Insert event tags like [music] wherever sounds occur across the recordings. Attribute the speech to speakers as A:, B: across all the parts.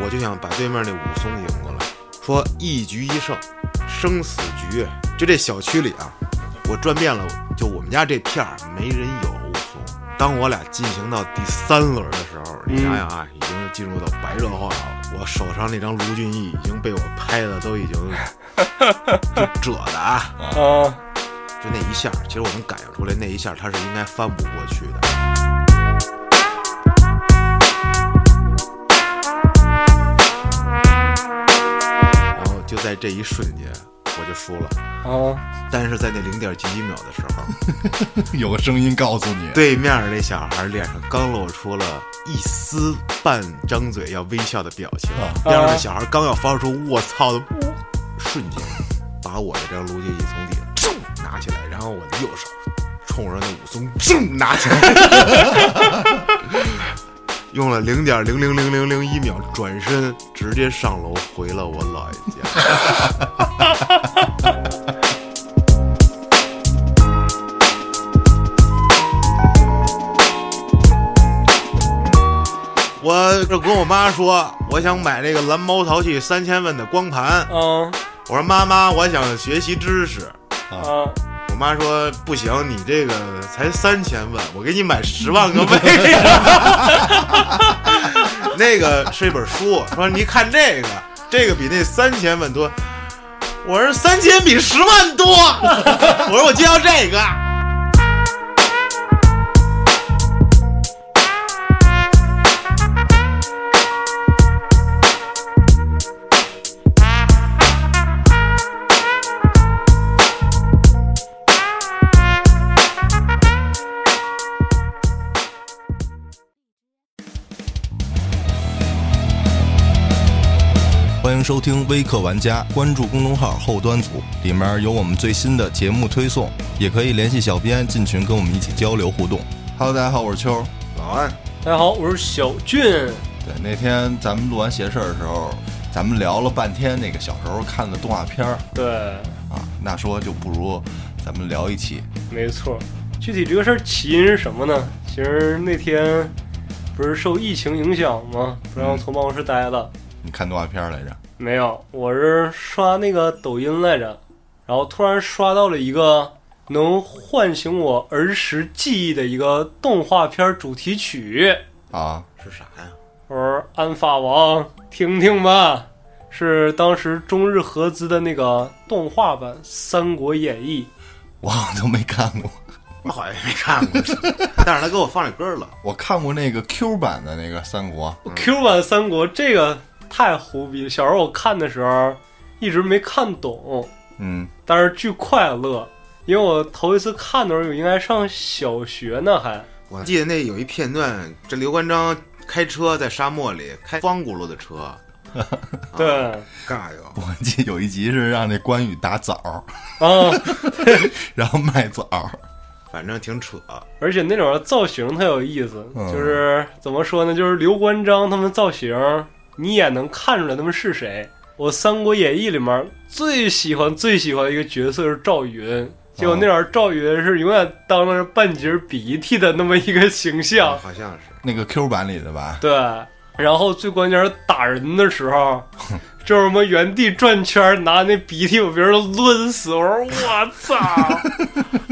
A: 我就想把对面那武松赢过来，说一局一胜，生死局。就这小区里啊，我转遍了，就我们家这片儿没人有武松。当我俩进行到第三轮的时候，你想想啊，已经是进入到白热化了。我手上那张卢俊义已经被我拍的都已经就褶的啊，
B: 啊，
A: 就那一下，其实我能感觉出来，那一下他是应该翻不过去的。然后就在这一瞬间，我就输了。
B: 啊，
A: 但是在那零点几几秒的时候，
C: [laughs] 有个声音告诉你，
A: 对面儿那小孩脸上刚露出了一丝半张嘴要微笑的表情，边上那小孩刚要发出“我操”的瞬间，把我的这张卢俊义从地上噌拿起来，然后我的右手冲着那武松噌拿起来，用了零点零零零零零一秒转身，直接上楼回了我姥爷家。 [laughs] 我这跟我妈说，我想买这个蓝猫淘气三千问的光盘。
B: 啊，
A: 我说妈妈，我想学习知识。
B: 啊，
A: 我妈说不行，你这个才三千问，我给你买十万个为什么。 [laughs] 那个是一本书，说你看这个，这个比那三千问多。我说三千比十万多， [laughs] 我说我就要这个。
C: 欢迎收听微课玩家，关注公众号后端组，里面有我们最新的节目推送，也可以联系小编进群跟我们一起交流互动。Hello，大家好，我是秋。
A: 老安，
B: 大家好，我是小俊。
C: 对，那天咱们录完邪事儿的时候，咱们聊了半天那个小时候看的动画片儿
B: 对，
C: 啊，那说就不如咱们聊一期
B: 没错。具体这个事儿起因是什么呢？其实那天不是受疫情影响吗？不让从办公室待了。
C: 你看动画片儿来着。
B: 没有，我是刷那个抖音来着，然后突然刷到了一个能唤醒我儿时记忆的一个动画片主题曲。
C: 啊，
A: 是啥呀？
B: 我说安法王，听听吧，是当时中日合资的那个动画版《三国演义
C: 我好像都没看过，
A: 我好像也没看过， [laughs] 但是他给我放这歌了。
C: 我看过那个 Q 版的那个三国，》
B: Q 版《三国》，这个太胡逼了。小时候我看的时候一直没看懂，
C: 嗯，
B: 但是巨快乐，因为我头一次看的时候应该上小学呢还。
A: 我记得那有一片段，这刘关张开车在沙漠里开方轱辘的车，啊
B: 对，
A: 尬哟。
C: 我记得有一集是让那关羽打枣儿，
B: 啊，
C: 然后卖枣儿，
A: 反正挺扯。
B: 而且那种造型特有意思，
C: 嗯
B: 就是怎么说呢，就是刘关张他们造型，你也能看出来他们是谁。我《三国演义》里面最喜欢最喜欢的一个角色是赵云，结果那会儿赵云是永远当着半截鼻涕的那么一个形象，
A: 好像是
C: 那个 Q 版里的吧？
B: 对。然后最关键是打人的时候，就是什么原地转圈，拿那鼻涕把别人都抡死。我说我操，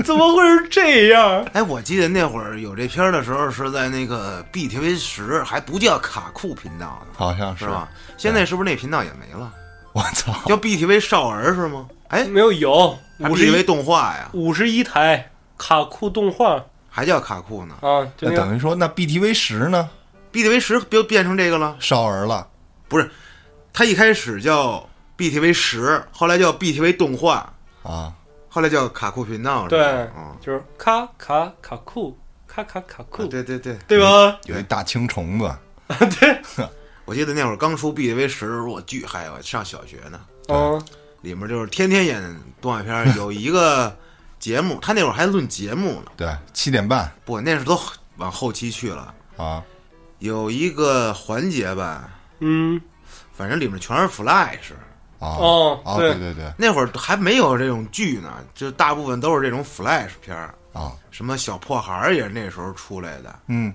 B: 怎么会是这样？
A: 哎，我记得那会儿有这片儿的时候是在那个 BTV 十，还不叫卡酷频道呢，
C: 好像
A: 是？吧？现在是不是那频道也没了？
C: 我操！
A: 叫 BTV 少儿是吗？哎，
B: 没有有
A: 还
B: 五十一
A: BTV 动画呀，
B: 五十一台卡酷动画
A: 还叫卡酷呢。
B: 啊，就那
C: 那
B: 个
C: 等于说，那 BTV 十呢？
A: BTV 十就变成这个了，
C: 少儿了，
A: 不是？它一开始叫 BTV 十，后来叫 BTV 动画，
C: 啊，
A: 后来叫卡酷频道是吧。
B: 对
A: 嗯，
B: 就是卡卡卡酷卡卡卡酷，
A: 啊对嗯对对，
B: 对吧？
C: 有一大青虫子，
B: [laughs]
A: 我记得那会儿刚出 BTV 十的时候，我巨嗨，我上小学呢，
B: 嗯
A: 里面就是天天演动画片儿，有一个节目，他那会儿还论节目呢，
C: 对，七点半
A: 不，那是都往后期去了，
C: 啊，
A: 有一个环节吧，
B: 嗯
A: 反正里面全是 Flash，
C: 啊
B: 哦
C: 啊，
B: 对
C: 对对对
A: 那会儿还没有这种剧呢，就大部分都是这种 flash 片儿，
C: 啊，
A: 什么小破孩儿也是那时候出来的。
C: 嗯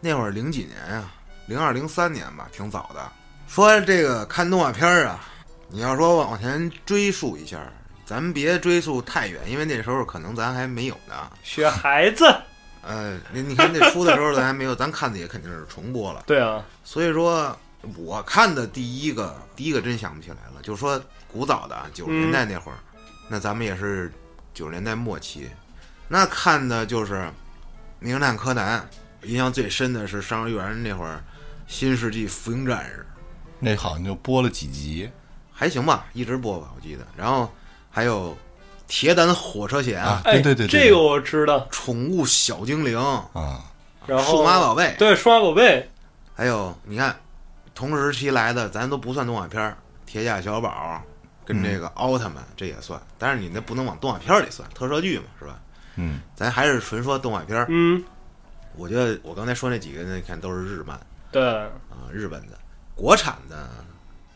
A: 那会儿零几年啊，零二零三年吧，挺早的。说这个看动画片儿啊，你要说往前追溯一下，咱别追溯太远，因为那时候可能咱还没有呢。
B: 雪孩子，
A: 呃，你你看这出的时候咱还没有，咱看的也肯定是重播了。 [laughs]
B: 对啊，
A: 所以说，我看的第一个第一个真想不起来了，就说古早的啊，九十
B: 嗯
A: 年代那会儿，那咱们也是九十年代末期，那看的就是《名侦探柯南》，印象最深的是上幼儿园那会儿，《新世纪福音战士》
C: 那好像就播了几集
A: 还行吧，一直播吧，我记得。然后还有《铁胆火车侠》
C: 啊，
B: 哎，
C: 对对对，对
B: 这个我知道。
A: 宠物小精灵》
C: 啊，
B: 然
A: 《
B: 后
A: 数码宝贝》，
B: 对数码宝贝，
A: 还有你看，同时期来的咱都不算动画片儿，《铁甲小宝》跟这个奥特曼、这也算，但是你那不能往动画片儿里算，特摄剧嘛，是吧？
C: 嗯，
A: 咱还是纯说动画片儿。
B: 嗯，
A: 我觉得我刚才说那几个，那你看都是日漫
B: 对，
A: 啊，日本的，国产的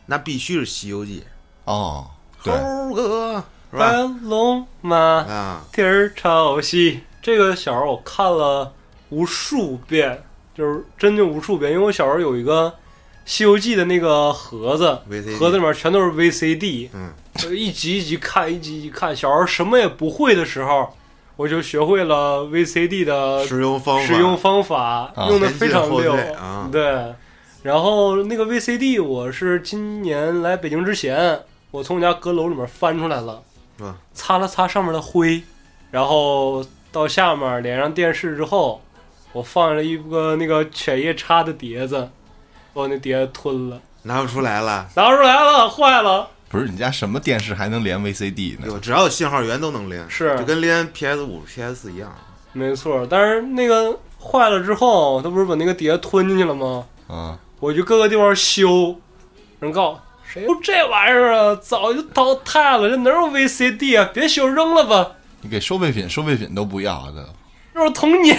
A: 那必须是《西游记
C: 哦，》，对，
A: 猴哥是吧？
B: 白龙马
A: 啊，
B: 蹄儿朝西，这个小时候我看了无数遍，就是真的无数遍，因为我小时候有一个《西游记》的那个盒子
A: VCD
B: 盒子里面全都是 VCD，
A: 嗯，
B: 就一集一集看，一集一集看。小时候什么也不会的时候，我就学会了 VCD 的
A: 使用方法，
B: 使用方法
C: 啊
B: 用的非常
A: 前进后
B: 溜
A: 退啊，
B: 对。然后那个 VCD 我是今年来北京之前，我从我家阁楼里面翻出来了
A: 嗯，
B: 擦了擦上面的灰，然后到下面连上电视之后，我放了一个那个犬夜叉的碟子，把那碟子吞了，
A: 拿不出来了。
B: 拿出来了，坏了，
C: 不是你家什么电视还能连 VCD 呢？
A: 有只要有信号源都能连，
B: 是
A: 就跟连 PS 五、PS 一样。
B: 没错。但是那个坏了之后，他不是把那个碟吞进去了吗？
C: 啊，
B: 我去各个地方修，人告诉我谁有这玩意儿啊？早就淘汰了，这哪有 VCD 啊？别修，扔了吧，
C: 你给收废品，收废品都不要的，
B: 这是童年。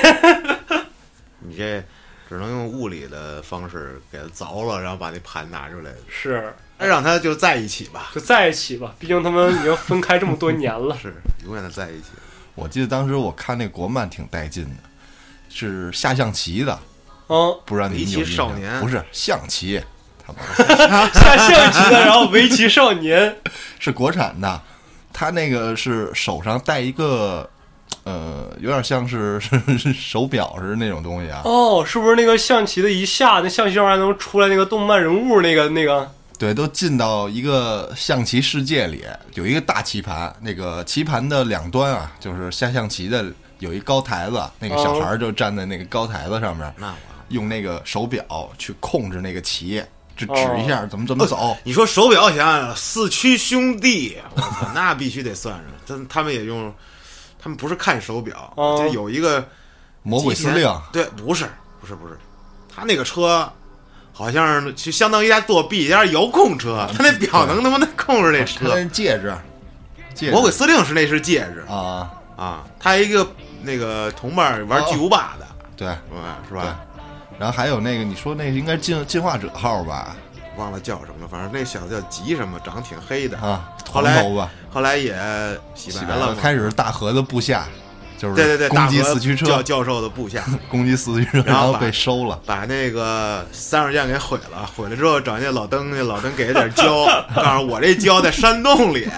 A: 你这只能用物理的方式给它凿了，然后把那盘拿出来，
B: 是，
A: 让它就在一起吧。。
B: 就在一起吧，毕竟他们已经分开这么多年了 [laughs]
A: 是，永远的在一起。
C: 我记得当时我看那国漫挺带劲的，是下象棋的，
B: 嗯，
C: 不知道你们有
A: 围棋
C: 印
A: 少
C: 象
A: 年
C: 不是象棋，他妈
B: 下象棋的，然后围棋少年，
C: 是国产的，他那个是手上戴一个，呃，有点像是 [laughs] 手表似的那种东西啊。
B: 哦，是不是那个象棋的一下，那象棋上还能出来那个动漫人物那个那个？
C: 对，都进到一个象棋世界里，有一个大棋盘，那个棋盘的两端啊，就是下象棋的有一高台子，那个小孩儿就站在那个高台子上面，
A: 那我，
C: 用那个手表去控制那个棋，就指一下怎么怎么走。
A: 你说手表，想想四驱兄弟，我操，那必须得算上。他他们也用，他们不是看手表，
B: 哦
A: 就有一个
C: 魔鬼司
A: 提
C: 令
A: 前，对，不是，不是，不是，他那个车。好像是就相当于一家作弊，一家遥控车，他那表能他妈的控制那
C: 啊他那
A: 车。
C: 戒指，戒指
A: 魔鬼司令是那是戒指，
C: 啊，
A: 啊，他一个那个同伴儿玩
C: 哦
A: 巨无霸的，
C: 对。
A: 嗯是吧？
C: 然后还有那个，你说那个应该是进进化者号吧？
A: 忘了叫什么了，反正那小子叫吉什么，长得挺黑的。
C: 啊，
A: 后
C: 团
A: 来
C: 头吧，
A: 后来也洗
C: 洗
A: 白
C: 白
A: 了
C: 了。
A: 嘛，
C: 开始是大河的部下，就是
A: 对对对，
C: 攻击
A: 大河
C: 四驱
A: 教
C: 车，
A: 教授的
C: [laughs]
A: 部下，
C: 攻击四驱车，
A: 然
C: 然
A: 后
C: 后
A: 把
C: 被收了。
A: 把那个三手剑给毁了，毁了之后找那老登去，老登给他点
C: [laughs]
A: 胶，告诉我这胶在山洞里，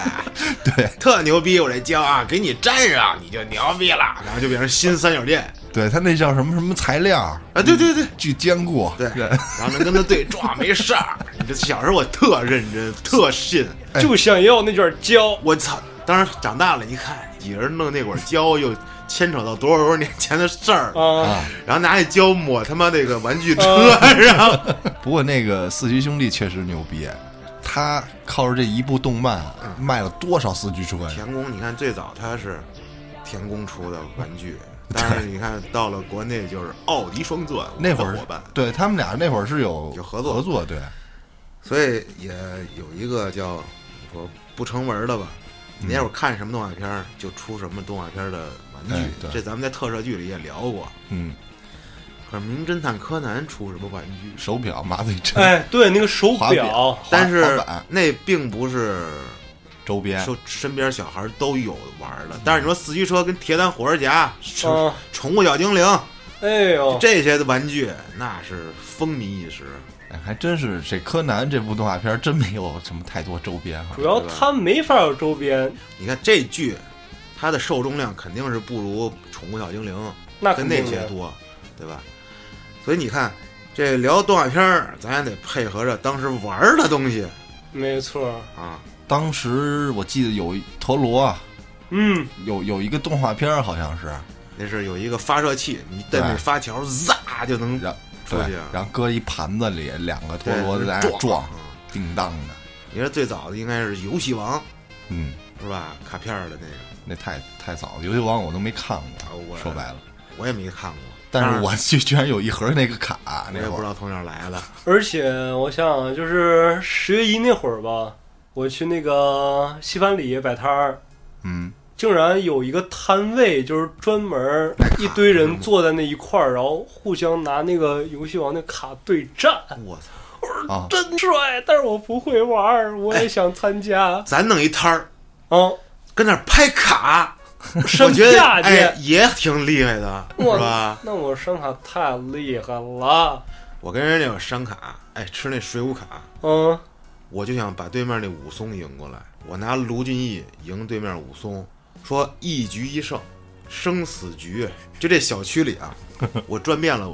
C: 对
A: 特牛逼，我这胶啊，给你粘上你就牛逼了，然后就变成新三角剑
C: 对，他那叫什么什么材料，
A: 啊，对对对，
C: 巨坚固。
A: 对，然后能跟他对撞没事儿。你这小时候我特认真，特信，
C: 哎
B: 就想要那卷胶。
A: 我操！当然长大了，一看几人弄那会儿胶，又牵扯到多少多少年前的事儿，
B: 啊，
A: 然后拿那胶抹他妈那个玩具车，
B: 啊
A: 然后
C: 不过那个四驱兄弟确实牛逼，他靠着这一部动漫啊
A: 嗯
C: 卖了多少四驱车呀？
A: 田宫，你看最早它是田宫出的玩具，但是你看到了国内就是奥迪双钻
C: 那会
A: 我
C: 儿
A: 的伙伴，
C: 对他们俩那会儿是有
A: 有合作
C: 合作对，
A: 所以也有一个叫说不成文的吧。
C: 嗯
A: 你那会儿看什么动画片儿，就出什么动画片儿的玩具
C: 哎，对
A: 这咱们在特摄剧里也聊过。
C: 嗯，
A: 可是《名侦探柯南》出什么玩具？
C: 手表、麻醉针、
B: 哎，对，那个手
C: 滑
B: 表，
C: 滑
A: 但是
C: 滑板
A: 那并不是
C: 周边，
A: 说身边小孩都有玩
C: 嗯
A: 的。但是你说四驱车跟铁胆火车侠、是
B: 嗯
A: 宠物小精灵
B: 哎呦，
A: 这些的玩具，那是风靡一时。
C: 哎还真是这柯南这部动画片真没有什么太多周边啊哈
B: 主。要
A: 对吧
B: 它没法有周边，
A: 你看这剧，它的受众量肯定是不如《宠物小精灵》
B: 那
A: 跟
B: 肯
A: 那
B: 定
A: 些
B: 的
A: 多，对吧？所以你看，这聊动画片儿，咱也得配合着当时玩儿的东西
B: 没错。
A: 啊。
C: 当时我记得有一陀螺啊，
B: 嗯，
C: 有有一个动画片儿好像是，
A: 那是有一个发射器，你蹬
C: 对
A: 着发条，唰就能
C: 然
A: 出
C: 对
A: 去啊，
C: 然后搁一盘子里，两个陀
A: 对
C: 螺在那
A: 撞
C: 儿撞，
A: 嗯
C: 叮当的，
A: 你说最早的应该是《游戏王》
C: 嗯，
A: 是吧？卡片儿的那个，
C: 那太太早了，游戏王我都没看
A: 啊
C: 过，
A: 我
C: 说白了，
A: 我也没看过，
C: 但
A: 但
C: 是我 [laughs] 去居然有一盒那个卡，啊
A: 我也
C: 那
A: 不
C: 会
A: 知
C: 儿
A: 道从哪儿来的。
B: 而且我想想，就是十月一那会儿吧，我去那个西番里摆摊儿，
C: 嗯，
B: 竟然有一个摊位，就是专门儿
A: 卖卡
B: 一堆人坐在那一块儿，然后互相拿那个游戏王的卡对
A: [laughs]
B: 战，
A: 我操，
C: 啊，
B: 真帅！但是我不会玩儿，我也想参加。
A: 咱弄一摊儿，
B: 啊，
A: 跟那儿拍卡，我
B: 上
A: 觉得
B: 价去。
A: 哎也挺厉害的，是
B: 我
A: 吧？
B: 那我声卡太厉害了，
A: 我跟人家有山卡，哎，吃那水浒卡，
B: 嗯，
A: 我就想把对面那武松赢过来。我拿卢俊义赢对面武松，说一局一胜，生死局。就这小区里啊，我转遍了，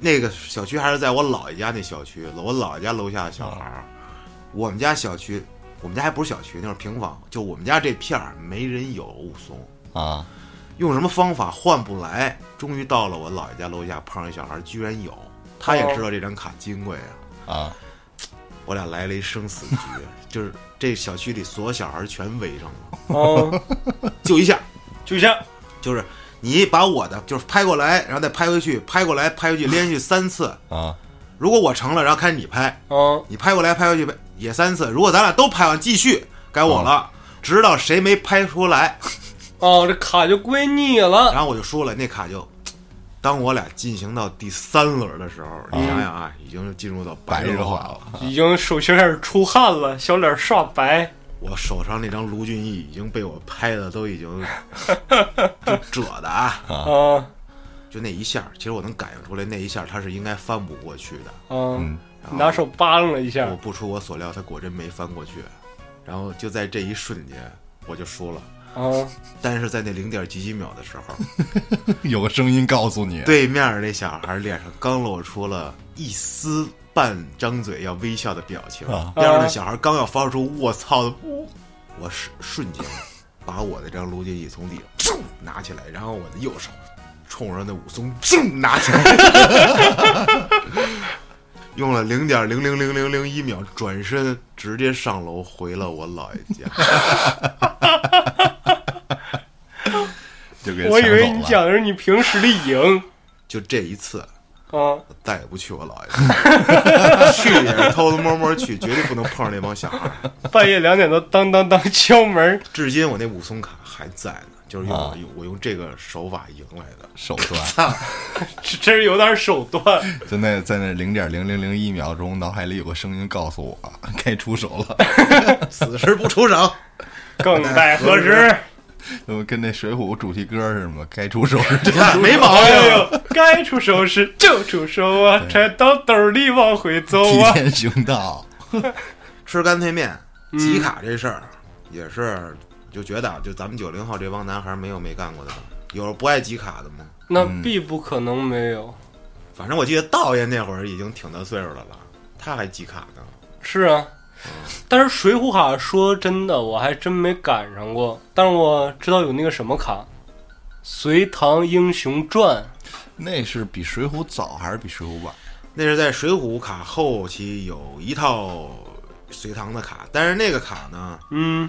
A: 那个小区还是在我姥爷家那小区，我姥爷家楼下的小孩儿，我们家小区，我们家还不是小区，那是平房，就我们家这片儿没人有武松。
C: 啊，
A: 用什么方法换不来，终于到了我姥爷家楼下，碰上一小孩，居然有，他也知道这张卡金贵啊。
C: 啊，
A: 我俩来了一生死局，就是这小区里所有小孩全围上了，
B: 哦，
A: 就一下，
B: 就这样，
A: 就是你把我的就是拍过来，然后再拍回去，拍过来拍回去，连续三次。
C: 啊， [laughs]
A: 如果我成了，然后开始你拍，
B: 嗯，
A: 你拍过来拍回去呗也三次。如果咱俩都拍完，继续该我了，直到谁没拍出来，
B: 哦，这卡就归你了，
A: 然后我就输了，那卡就。当我俩进行到第三轮的时候，你想想啊，已经是进入到白
C: 白热
A: 热
C: 化
A: 化了。
C: 了，
B: 已经手心开始出汗了，小脸刷白，
A: 我手上那张卢俊义已经被我拍的都已经就褶的啊，
B: 啊，
A: 就那一下，其实我能感应出来，那一下他是应该翻不过去的。
B: 嗯，
A: 然后
B: 拿手扒拉了一
A: 我
B: 下，
A: 不出我所料，他果真没翻过去。然后就在这一瞬间，我就输了。
B: 啊，
A: 但是在那零点几几秒的时候，
C: 有个声音告诉你，
A: 对面那小孩脸上刚露出了一丝半张嘴要微笑的表情，
C: 啊
A: 边上那小孩刚要发出“我操”的呜，我瞬瞬间把我那张卢俊义从地上咻拿起来，然后我的右手冲着那武松咻拿起来， [laughs] 用了零点零零零零零一秒转身，直接上楼回了我姥爷家。
C: 就给
B: 我以为
C: 抢走
B: 你
C: 了
B: 讲的是你凭实力赢，
A: 就这一次，
B: 啊，
A: 我再也不去我姥爷家，去也是偷偷摸摸去，绝对不能碰上那帮小孩儿。
B: 半夜两点都当当当敲门，
A: 至今我那武松卡还在呢，就是用我
C: 啊
A: 用我用这个手法赢来的。
C: 手段，
A: [laughs]
B: 这真是有点手段，
C: 就那在那零点零零零一秒钟，脑海里有个声音告诉我 [laughs] 该出手了， [laughs]
A: 此时不出手，
B: 更待何时？
C: 就跟那水浒主题歌似的嘛，该出手是
A: [laughs]
C: 这
A: 你看没毛
B: 哎
A: 病。
B: 呦，该出手时就出手啊，揣到兜里往回走
C: 替 [laughs]
B: 啊，
C: 天行道，
A: 吃干脆面集卡这事儿，也是就觉得啊就咱们九零后这帮男孩儿没有没干过的吧？有不爱集卡的吗？
B: 那必不可能没有。
A: 反正我记得道爷那会儿已经挺大岁数的了，他还集卡呢。
B: 是啊，但是水浒卡说真的，我还真没赶上过，但是我知道有那个什么卡，《隋唐英雄传
C: 那是比水浒早还是比水浒晚？
A: 那是在水浒卡后期有一套隋唐的卡，但是那个卡呢，》。
B: 嗯，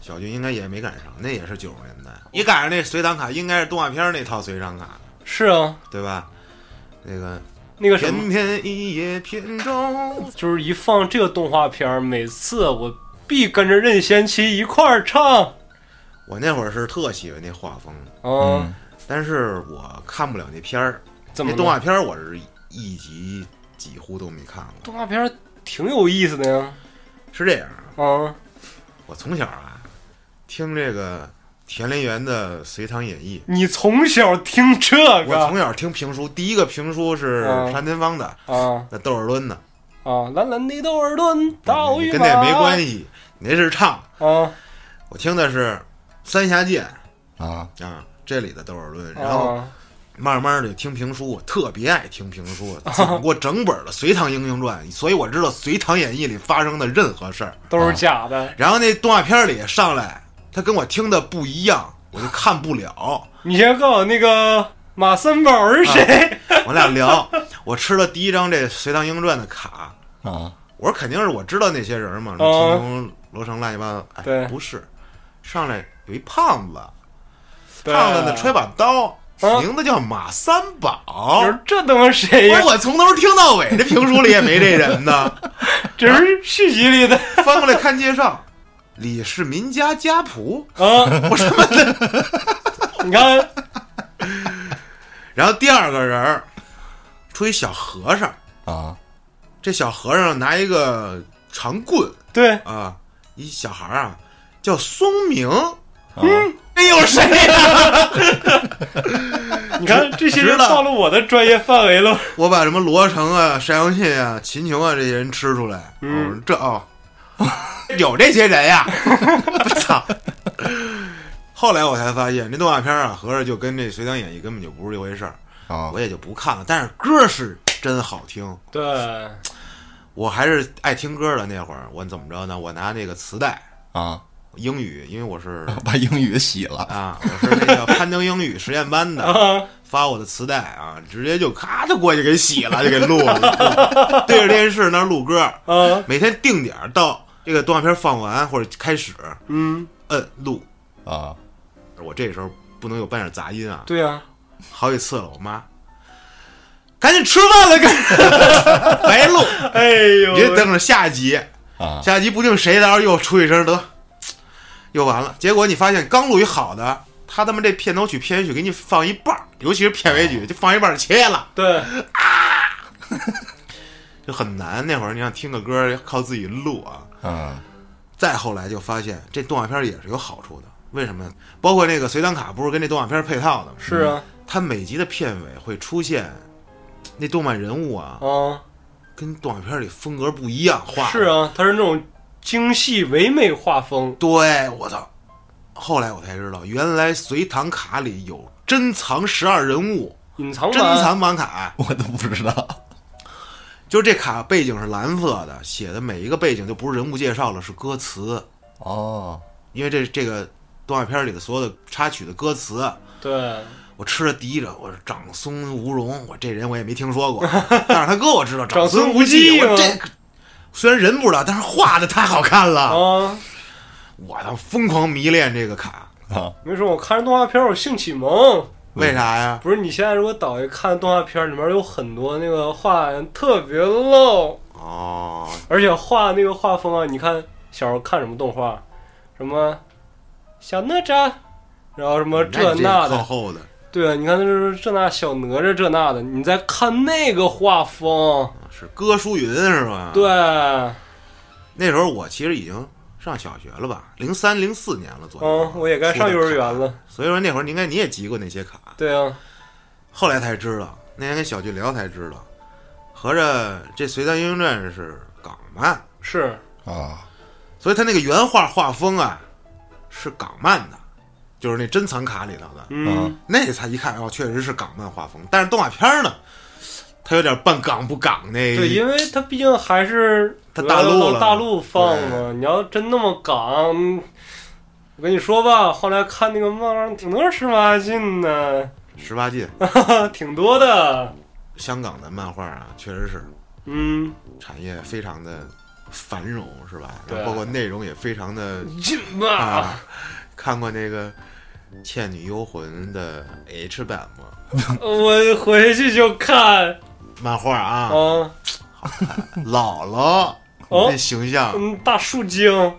A: 小军应该也没赶上，那也是九十年代。你赶上那隋唐卡，应该是动画片儿那套隋唐卡。
B: 是啊，
A: 对吧？那个
B: 那个什么，
A: 偏偏一叶扁舟，
B: 就是一放这个动画片儿，每次我必跟着任贤齐一块儿唱。啊
A: 我那会儿是特喜欢那画风，
B: 嗯，
A: 但是我看不了那片儿，
B: 这么
A: 那
B: 弄
A: 动画片儿我是一集几乎都没看过。
B: 动画片儿挺有意思的呀，
A: 是这样啊，
B: 啊，
A: 我从小啊听这个田连元的《隋唐演义》，
B: 你从小听这
A: 我
B: 个
A: 从小听评书，第一个评书是
B: 啊嗯
A: 山田芳的，
B: 啊
A: 那窦尔敦的，
B: 啊，蓝蓝的窦尔敦，大
A: 你
B: 鱼
A: 嗯跟那也没关
B: 系
A: 系，你那是唱。
B: 啊
A: 我听的是三峡剑
C: 啊，
A: 啊，这里的窦尔敦，然后
B: 啊
A: 慢慢的听评书，我特别爱听评书， [laughs] 讲过整本的《隋唐英雄传》，所以我知道《隋唐演义》里发生的任何事儿。
B: 都是假的，
A: 然后那动画片里上来，他跟我听的不一样，我就看不了。 [laughs]
B: 你先告诉我那个马三宝是谁？
A: 我俩聊，我吃了第一张这《隋唐英雄传》的卡，
C: 啊，
A: 我说肯定是我知道那些人嘛，什么
B: 哦
A: 秦琼、罗成乱七八糟。哎，
B: 对
A: 不是，上来有一胖子，
B: 对
A: 胖子呢揣把刀，
B: 啊
A: 名字叫马三
B: 你
A: 宝。
B: 说这他妈谁
A: 不是
B: 呀？
A: 我从头听到尾，这评书里也没这人呢。
B: 这是续集
A: [laughs]
B: 里的
A: 翻过来看介绍，李世民家家谱。
B: 啊！我什么的？你看
A: [laughs] 然后第二个人儿出一小和尚，
C: 啊，
A: 这小和尚拿一个长棍
B: 对，
A: 啊，一小孩儿啊，叫松明， [laughs]
C: 嗯，
A: 那有谁呀、 [laughs]
B: 你看这些
A: 知
B: 人
A: 道
B: 到了我的专业范围了。
A: 我把什么罗成啊、单雄信啊、秦琼啊这些人吃出来，
B: 嗯
A: 我说这哦， [laughs] 有这些人呀、 [laughs] 我操！后来我才发现，这动画片啊，合着就跟这《隋唐演义》根本就不是一回事儿，
C: 啊
A: 我也就不看了。但是歌是真好听，
B: 对，
A: 我还是爱听歌的。那会儿我怎么着呢？我拿那个磁带，
C: 啊，
A: 英语，因为我是
C: 把英语洗了
A: 啊，我是那个攀登英语实验班
B: [laughs]
A: 的，
B: [laughs] 啊，
A: 发我的磁带啊，直接就咔就过去给洗了，就给录了， [laughs] 对着电视那儿录歌，
B: 啊，
A: 每天定点儿到这个动画片放完或者开始
B: 嗯，
A: 摁录。
C: 啊，
A: 我这时候不能有半点杂音啊，
B: 对呀，
A: 好几次了，我妈。赶紧吃饭了，赶紧 [laughs] 白录，
B: 哎呦，
A: 你就等着下集，
C: 啊
A: 下集不定谁到时候又出一声得，又完了。结果你发现刚录一好的，他他妈这片头曲、片尾曲给你放一半儿，尤其是片尾曲就放一半儿切了，
B: 对，
A: 就很难。那会儿你想听个歌儿靠自己录啊。
C: 啊
A: 再后来就发现这动画片儿也是有好处的，为什么呢？包括那个随堂卡不是跟这动画片儿配套的吗？
B: 是啊，
A: 它每集的片尾会出现那动漫人物啊，
B: 啊，
A: 跟动画片儿里风格不一样画。
B: 是，啊，他是那种精细唯美画风，
A: 对我操！后来我才知道，原来随堂卡里有珍藏十二人物、
B: 隐藏
A: 珍
B: 版，
A: 藏版卡，
C: 我都不知道
A: 就是这卡背景是蓝色的，写的每一个背景就不是人物介绍了，是歌词，
C: 哦，
A: 因为这这个动画片里的所有的插曲的歌词。
B: 对，
A: 我吃了第一着，我说长孙无容，我这人我也没听说
B: [laughs]
A: 过，但是他哥我知道
B: 长
A: 孙
B: 孙无忌
A: 我这
B: 吗
A: 虽然人不知道，但是画的太好看了，
B: 啊，
A: 我操，疯狂迷恋这个卡，
C: 啊
B: 没说我看着动画片儿我性启蒙，
A: 为啥呀？
B: 不是你现在如果倒下看动画片儿，里面有很多那个画特别 low，
A: 哦，
B: 而且画那个画风啊，你看小时候看什么动画，什么小哪吒，然后什么
A: 嗯那
B: 这
A: 你
B: 那
A: 靠
B: 的，
A: 后的，
B: 对啊，你看就是这那小哪吒这那的，你再看那个画风，
A: 啊是哥舒云是吧？，
B: 对，
A: 那时候我其实已经上小学了吧，零三零四年了左右，啊
B: 嗯，我也该上幼儿园了，
A: 所以说那会儿你应该你也集过那些卡，
B: 对啊，
A: 后来才知道，那天跟小俊聊才知道，合着这《隋唐英雄传》是港漫。
B: 是
C: 啊
A: 所以他那个原画画风啊，是港漫的，就是那珍藏卡里头的，
B: 嗯，
A: 那才一看哦，确实是港漫画风。但是动画片儿呢，它有点半港不港那，
B: 对，因为它毕竟还是
A: 它大陆了
B: 到大陆放嘛，你要真那么港，我跟你说吧，后来看那个漫画挺多十八禁的，啊
A: 十八禁，
B: 挺多的，
A: 香港的漫画啊，确实是
B: 嗯，
A: 产业非常的繁荣，是吧？
B: 对
A: 包括内容也非常的
B: 进吧，
A: 啊，看过那个《倩女幽魂》的 H 版吗？
B: 我回去就看
A: 漫画啊，
B: 啊，
A: 姥姥、
B: 哦
A: 那形象，
B: 嗯，大树精，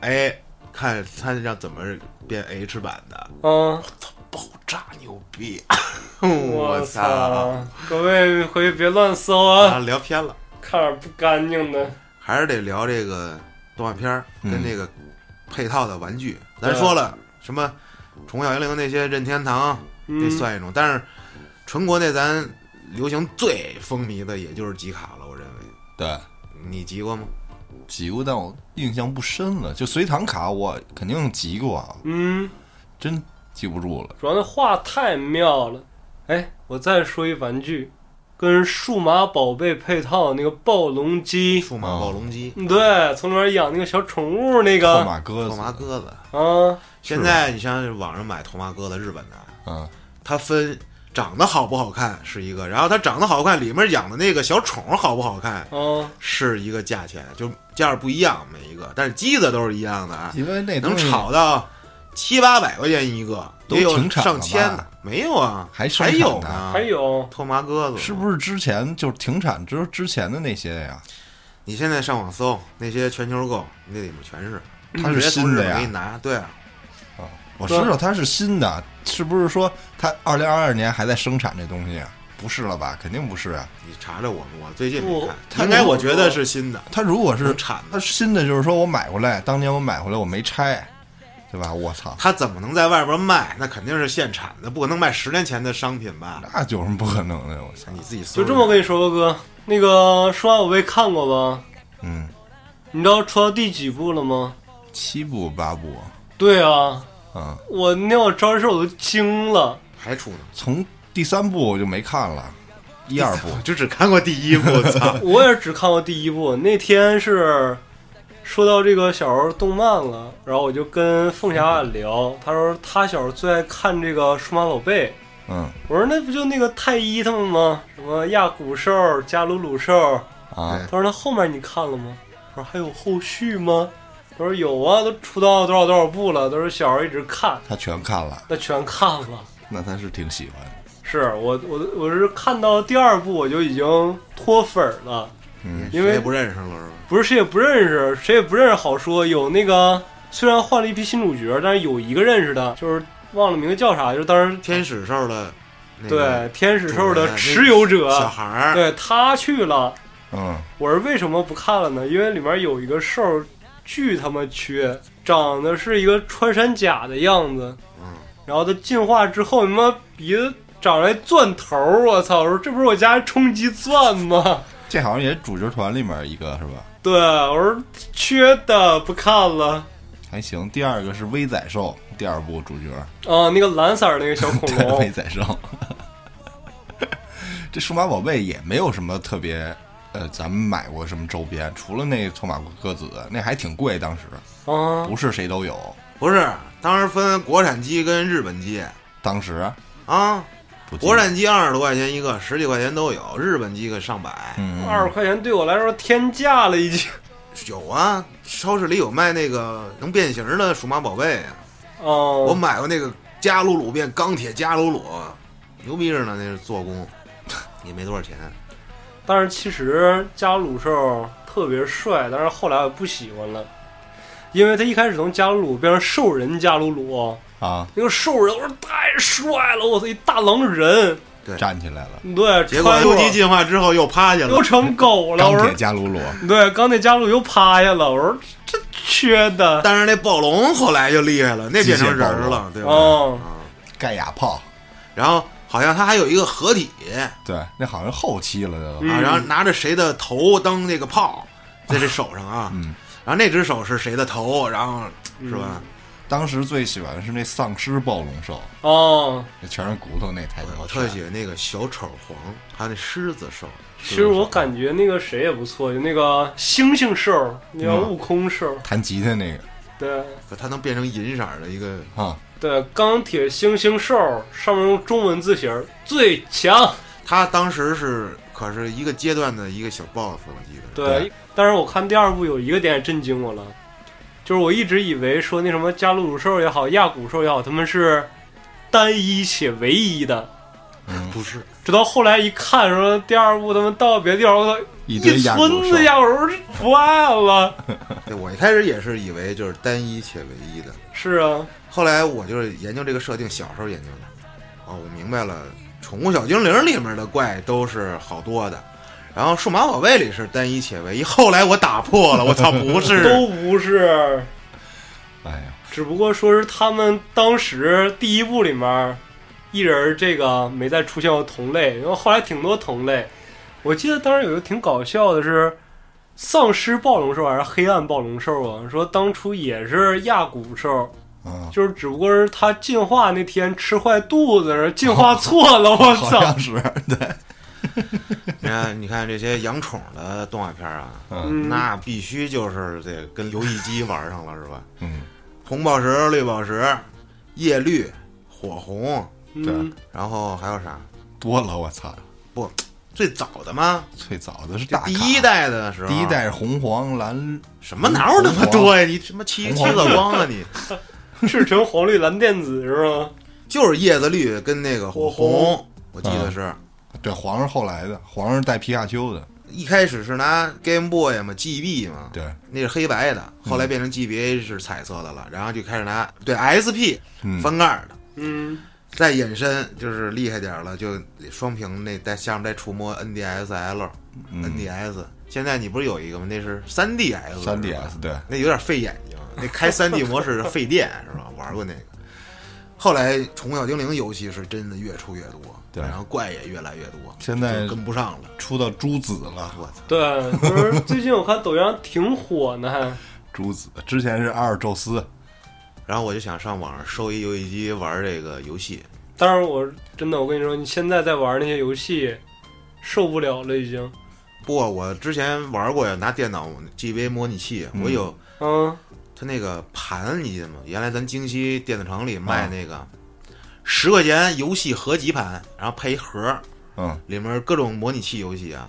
A: 哎，看他让怎么变 H 版的。
B: 啊，
A: 我爆炸牛逼！ [laughs]
B: 我
A: 操！！
B: 各位回去别乱搜啊，
A: 啊，聊偏了，
B: 看点不干净的。
A: 还是得聊这个动画片儿跟
C: 嗯
A: 这个配套的玩具。咱
B: 对啊
A: 说了什么《宠物小精灵》那些任天堂，这
B: 嗯，
A: 算一种，但是纯国内咱流行最风靡的也就是集卡了，我认为。
C: 对，
A: 你集过吗？
C: 集过，但我印象不深了。就随堂卡我肯定集过，啊，
B: 嗯，
C: 真记不住了。
B: 主要那画太妙了。哎，我再说一玩具，跟数码宝贝配套那个暴龙机，
A: 数码暴龙机、
B: 对，从里面养那个小宠物那
C: 托
B: 个，
C: 马鸽
A: 头麻
C: 子，
A: 鸽子，
B: 啊，
A: 现在你像网上买头麻鸽子，日本的，
C: 嗯，
A: 它分长得好不好看是一个，然后它长得好看，里面养的那个小宠儿好不好看
B: 啊，
A: 是一个价钱，就价儿不一样每一个，但是机子都是一样的啊，
C: 因为那
A: 能
C: 东西
A: 炒到七八百块钱一个，
C: 都
A: 也有
C: 停产了
A: 上
C: 吧
A: 千的，没有啊，
C: 还生
A: 还
C: 产
A: 有
C: 呢
A: 呢，
B: 还有
A: 托麻鸽子
C: 是不是之前就是停产之之前的那些呀？
A: 你现在上网搜那些全球购，那里面全是，嗯
C: 它是
A: 直接从
C: 新的
A: 日本
C: 呀
A: 给你拿，对啊，
C: 啊，我知道它是新的，是不是说它二零二二年还在生产这东西啊？不是了吧？肯定不是啊。
A: 你查查我，我最近没
B: 不
A: 看，
C: 它哦
A: 应该
B: 如
A: 我
B: 果
A: 觉得是新的，
C: 它如果是
A: 能产
C: 它
A: 的，
C: 新的，就是说我买回来，当年我买回来我没拆，对吧？我操，
A: 它怎么能在外边卖？那肯定是现产的，不可能卖十年前的商品吧？
C: 那有什么不可能的？我操，
A: 你自己搜
B: 就
A: 一下，
B: 这么跟你说吧，哥，那个数码宝贝看过吧？
C: 嗯，
B: 你知道出到第几部了吗？
C: 七步八步，
B: 对啊，
C: 嗯，
B: 我那我招时我都惊了，！
A: 还出呢，
C: 从第三部我就没看了，一二部
A: 我 [laughs] 就只看过第一部，我操
B: [laughs] 我也只看过第一部。那天是说到这个小时候动漫了，然后我就跟凤霞俺聊，她说她小时候最爱看这个数码宝贝。
C: 嗯
B: 我说那不就那个太一他们吗？什么亚古兽、加鲁鲁兽？
C: 啊
A: 对
B: 她说那后面你看了吗？我说还有后续吗？她说有啊，都出到多少多少部了，都是小时候一直看，
C: 他全看了，
B: 那全看了。
C: 那他是挺喜欢的，
B: 是我我我是看到第二部我就已经脱粉儿了，
C: [laughs] 嗯
B: 因为
A: 谁也不认识了是吧？
B: 不是谁也不认识，谁也不认识好说。有那个虽然换了一批新主角，但是有一个认识的，就是忘了名字叫啥，就是当时
A: 天使兽的那个
B: 对天使兽
A: 主人
B: 的
A: 那
B: 持有
A: 小
B: 者，
A: 孩儿，
B: 对他去了。
C: 嗯，
B: 我是为什么不看了呢？因为里面有一个兽巨他妈缺，长得是一个穿山甲的样子，
A: 嗯，
B: 然后它进化之后，他妈鼻子长出来钻头儿，我操！我说这不是我家冲击钻吗？
C: 这好像也是主角团里面一个是吧？
B: 对，我说缺的不看了。
C: 还行。第二个是威仔兽，第二部主角，
B: 啊，那个蓝色儿那个小恐
A: [laughs]
C: 威
B: 龙，
C: 仔兽。 [laughs] 这数码宝贝也没有什么特别，呃，咱们买过什么周边，除了那托马鸽子，那还挺贵，当时
B: 啊，
C: 不是谁都有。
A: 不是，当时分国产机跟日本机
C: 当时
A: 啊，
C: 不记得
A: 国，产机二十多块钱一个，十几块钱都有，日本机个上百。
C: 嗯，
B: 二十块钱对我来说天价了已经。
A: 有啊，超市里有卖那个能变形的数码宝贝啊，我
B: 哦，
A: 买过那个加鲁鲁变钢铁加鲁鲁，牛逼着呢，那是做工， [laughs] 也没多少钱。
B: 但是其实加鲁兽特别帅，但是后来我不喜欢了，因为他一开始从加鲁鲁变成兽人加鲁鲁，
C: 啊，
B: 那个兽人我说太帅了，我操，一大狼人，
C: 站起来了，
B: 对，
A: 结果
B: 穿
A: 究
B: 过
A: 极进化之后又趴下
B: 又
A: 了，
B: 成狗了，
C: 钢
B: 我
C: 铁
B: 说
C: 加鲁鲁，
B: 对，钢铁加鲁又趴下了，我说这缺的，
A: 但是那暴龙后来就厉害了，那变成人
C: 机械暴
A: 了，
C: 龙
A: 对吧？
B: 哦
A: 啊，
C: 盖亚炮，
A: 然后好像它还有一个合体
C: 对，那好像后期了都。
B: 嗯
A: 啊，然后拿着谁的头当那个炮，在这手上啊，
C: 嗯
A: 然后那只手是谁的头，然后哎是吧？
C: 当时最喜欢的是那丧尸暴龙兽，
B: 哦，
C: 那全是骨头那台球。
A: 哎我特喜欢那个小丑皇，还有那狮子兽。
B: 其
C: 嗯
B: 实我感觉那个谁也不错，就那个猩猩兽，那个
C: 嗯
B: 悟空兽，
C: 弹吉他那个
B: 对
A: 可它能变成银色儿的一个，
C: 啊，
B: 对，钢铁猩猩兽上面用中文字形儿最强，
A: 它当时是可是一个阶段的一个小 boss，我记得。
B: 对。
C: 对
B: 但是我看第二部有一个点震惊我了，就是我一直以为说那什么加鲁鲁兽也好，亚古兽也好，他们是单一且唯一的，
C: 嗯，
A: 不是，
B: 直到后来一看说第二部他们到别的地方，我操，
C: 一
B: 一
C: 堆压
B: 村
C: 轴
B: 子
C: 兽，
B: 压轴不爱了。
A: 对我一开始也是以为就是单一且唯一的，
B: 是啊，
A: 后来我就是研究这个设定，小时候研究的。哦，我明白了，《宠物小精灵》里面的怪都是好多的，然后《数码宝贝》里是单一且唯一。后来我打破
C: [laughs]
A: 了，我操，不是，
B: 都不是，
C: 哎呀，
B: 只不过说是他们当时第一部里面，一人儿这个没再出现过同类，然后后来挺多同类。我记得当时有一个挺搞笑的是，丧尸暴龙兽还是黑暗暴龙兽啊？说当初也是亚古兽，
C: 嗯，
B: 就是只不过是它进化那天吃坏肚子，然后进化错了， [laughs] 我
C: 哦好
B: 操！
C: 像 [laughs] 是对，
A: 你看，你看这些养宠的动画片啊，
C: 嗯
B: 嗯，
A: 那必须就是得跟游戏机玩上了，是吧？
C: 嗯，
A: 红宝石、绿宝石、叶绿、火红，
B: 嗯，
A: 然后还有啥？
C: 多了我操，
A: 最早的吗？
C: 最早的是
A: 就
C: 大
A: 第
C: 卡
A: 一，代的时候，啊
C: 第一代是红黄蓝，
A: 什么哪有那么多呀？你什么七七
C: 红黄
A: 个光啊你？
B: 赤橙黄绿蓝靛紫是吗？
A: 就是叶子绿跟那个火
B: 火
A: 红，我记得是、
C: 对，黄是后来的，黄是带皮卡丘的，
A: 一开始是拿 Game Boy 嘛，GB 嘛，
C: 对，嗯
A: 那是黑白的，后来变成 GBA 是彩色的了，然后就开始拿对 SP
C: 嗯，
A: 翻盖的，
B: 嗯，
A: 再引申就是厉害点儿了，就双屏那带下面再触摸 NDSL、NDS，现在你不是有一个吗？那是 3DS，
C: 三
A: 是吧
C: DS 对，
A: 那有点费眼睛，啊那开 3D 模式费电是吧？玩过那个。后来《宠物小精灵》游戏是真的越出越多，
C: 对
A: 然后怪也越来越多，
C: 现在
A: 就跟不上了。
C: 出到朱子了，
A: 我操！
B: 对，不是最近我看抖音上挺火呢，还。
C: 朱子之前是阿尔宙斯，
A: 然后我就想上网上搜一游戏机玩这个游戏，
B: 但是我真的，我跟你说，你现在在玩那些游戏，受不了了已经。
A: 不过我之前玩过呀，拿电脑 GBA 模拟器，我有
B: 嗯，
A: 它那个盘，你记得吗？原来咱京西电子城里卖那个十块钱游戏合集盘，然后配一盒儿，
C: 嗯，
A: 里面各种模拟器游戏啊，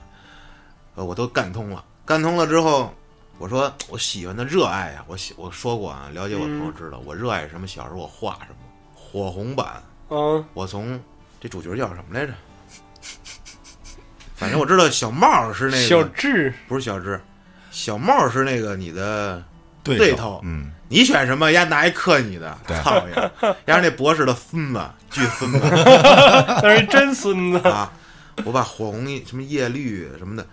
A: 呃，我都干通了。干通了之后，我说我喜欢的热爱啊，我喜我说过啊，了解我的朋友知道，我热爱什么，小时候我画什么。火红版，
B: 嗯，
A: 我从这主角叫什么来着？反正我知道小帽是那个
B: 小
A: [laughs]
B: 智
A: 不是小智，小帽是那个你的，
C: 对
A: 对
C: 手
A: 头
C: 嗯，
A: 你选什么，丫拿一克你的，
C: 对
A: 操呀！丫是那博士的孙子，巨孙子
B: 那是真孙子。
A: [laughs] 啊！我把火红什么叶绿什么的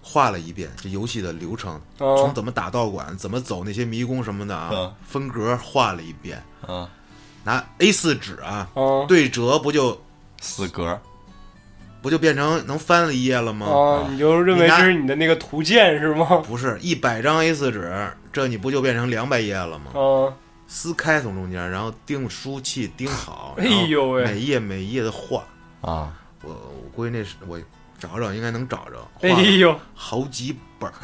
A: 画了一遍，这游戏的流程，从
B: 嗯，
A: 怎么打道馆，怎么走那些迷宫什么的啊
C: 嗯，
A: 分格画了一遍，
C: 啊，
A: 拿 A 4纸啊
B: 嗯，
A: 对折，不就
C: 四格，
A: 不就变成能翻了一页了吗？
B: 啊，你就认为这是你的那个图鉴是吗？
A: 不是，一百张 A 4纸，这你不就变成两百页了吗？
B: 嗯，
A: 撕开从中间，然后钉书气钉好，
B: 哎呦喂
A: 然后每页每页的画，
C: 啊，
A: 我我估计那是我找找应该能找着，
B: 哎
A: 画了
B: 呦，
A: 好几本儿，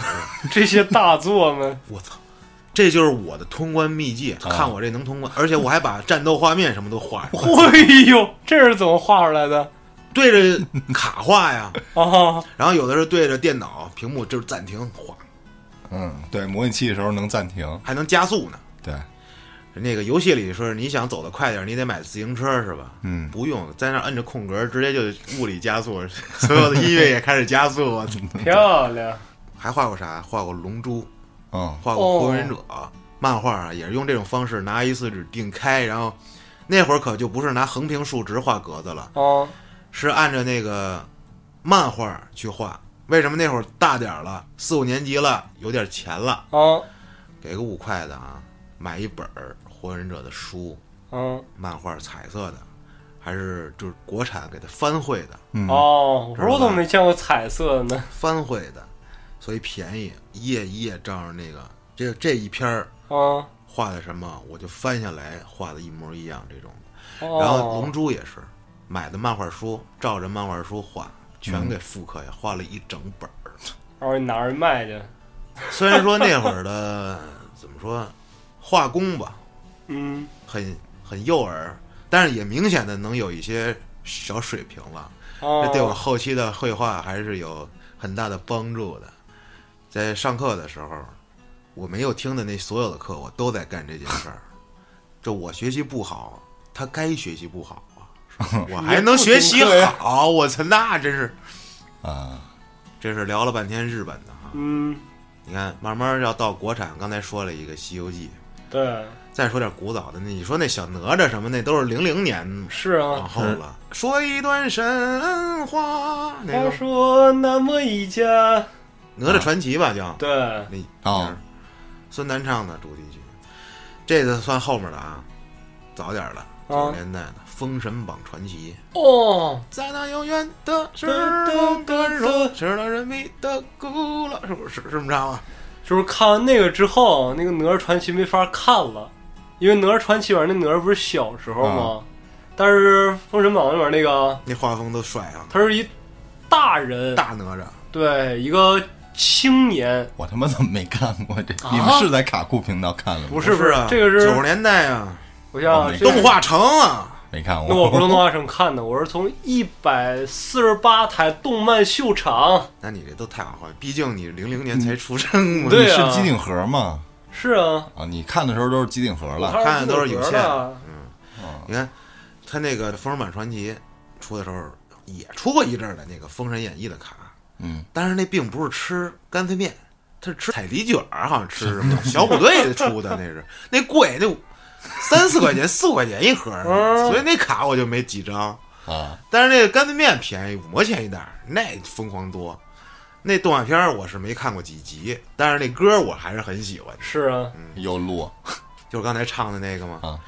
B: 这些大作
A: [laughs]
B: 们，
A: 我操！这就是我的通关秘籍，看我这能通关，而且我还把战斗画面什么都画上，
B: 哎呦，这是怎么画出来的？
A: 对着卡画呀，
B: 啊，
A: 然后有的是对着电脑屏幕就是暂停画，
C: 嗯，对，模拟器的时候能暂停，
A: 还能加速呢。
C: 对，
A: 那个游戏里说是你想走得快点儿，你得买自行车是吧？
C: 嗯，
A: 不用，在那儿摁着空格，直接就物理加速， [laughs] 所有的音乐也开始加速。我操！
B: 漂亮，
A: 还画过啥？画过龙珠，
C: 嗯，
A: 画过火影忍者、漫画啊，也是用这种方式拿 A 四纸定开，然后那会儿可就不是拿横平竖直画格子了，
B: 啊，
A: 是按照那个漫画去画。为什么那会儿大点儿了，四五年级了，有点钱了，
B: 啊，
A: 给个五块的啊，买一本儿火影忍者的书，
B: 嗯，
A: 漫画彩色的，还是就是国产给它翻绘的，
C: 嗯，
B: 哦，我说我怎么没见过彩色的呢？
A: 翻绘的，所以便宜，一页一页照着那个这这一篇儿
B: 啊，
A: 画的什么，我就翻下来画的一模一样这种。然后《
B: 哦
A: 龙，珠》也是买的漫画书，照着漫画书画，全给复刻下，画了一整本儿。
B: 然哦后你拿着卖去，
A: 虽然说那会儿的 [laughs] 怎么说，画工吧，
B: 嗯，
A: 很很幼儿，但是也明显的能有一些小水平了。
B: 啊
A: 这，对我后期的绘画还是有很大的帮助的。在上课的时候，我没有听的那所有的课，我都在干这件事儿。这我学习不好，他该学习不好啊，我还能学习
B: 你也不听课呀
A: 好，我操，那真是
C: 啊，
A: 这是聊了半天日本的哈。
B: 嗯，
A: 你看，慢慢要到国产，刚才说了一个《西游记
B: 对，》，
A: 再说点古早的，那你说那小哪吒什么，那都是零零年
B: 是啊
A: 往。后了。说一段神话，那
B: 他
A: 个
B: 说那么一家，
A: 哪吒传奇吧，叫
B: 对，
A: 那
C: 哦，
A: 孙楠唱的主题曲，这个算后面的啊，早点儿的九十年代的《封神榜传奇》。
B: 哦，
A: 在那遥远的时
B: 光
A: 跟
B: 穿
A: 说
B: 梭，
A: 吃了人民的苦了，是不是是这么着啊？
B: 就是看完那个之后，那个《哪吒传奇》没法看了，因为《哪吒传奇》里面那哪吒不是小时候吗？
A: 啊
B: 但是《封神榜》里面那个
A: 那画风都帅啊，
B: 他是一大人，
A: 大哪吒，
B: 对一个青年，
C: 我他妈怎么没看过这？
B: 啊
C: 你们是在卡酷频道看了吗？
B: 不是
A: 不啊，
B: 这个是
A: 九十年代啊，
B: 我想
C: 哦没
B: 这个
A: 动。画城啊，
C: 没看
B: 那
C: 过。
B: 我
C: [laughs]
B: 不是动画城看的，我是从一百四十八台动漫秀场。
A: 那你这都太往后，毕竟你零零年才出生嘛，
B: 对
C: 你
B: 啊
C: 是机顶盒吗？
B: 是啊，
C: 啊，你看的时候都是机顶盒
B: 我
C: 了。
A: 看的都是有
B: 自
A: 线
B: 个儿的
A: 你看他那个《封神榜传奇》出的时候，也出过一阵儿的那个《封神演义》的卡，
C: 嗯，
A: 但是那并不是吃干脆面，他是吃彩梨卷儿，好像吃什么小虎队出的那是， [laughs] 那贵那三四块钱四块钱一盒儿，
B: 嗯
A: 所以那卡我就没几张。
C: 啊，
A: 但是那个干脆面便宜，五毛钱一袋儿，那疯狂多。那动画片儿我是没看过几集，但是那歌儿我还是很喜欢的，
B: 是啊，
C: 又录
A: 就是刚才唱的那个嘛。
C: 啊，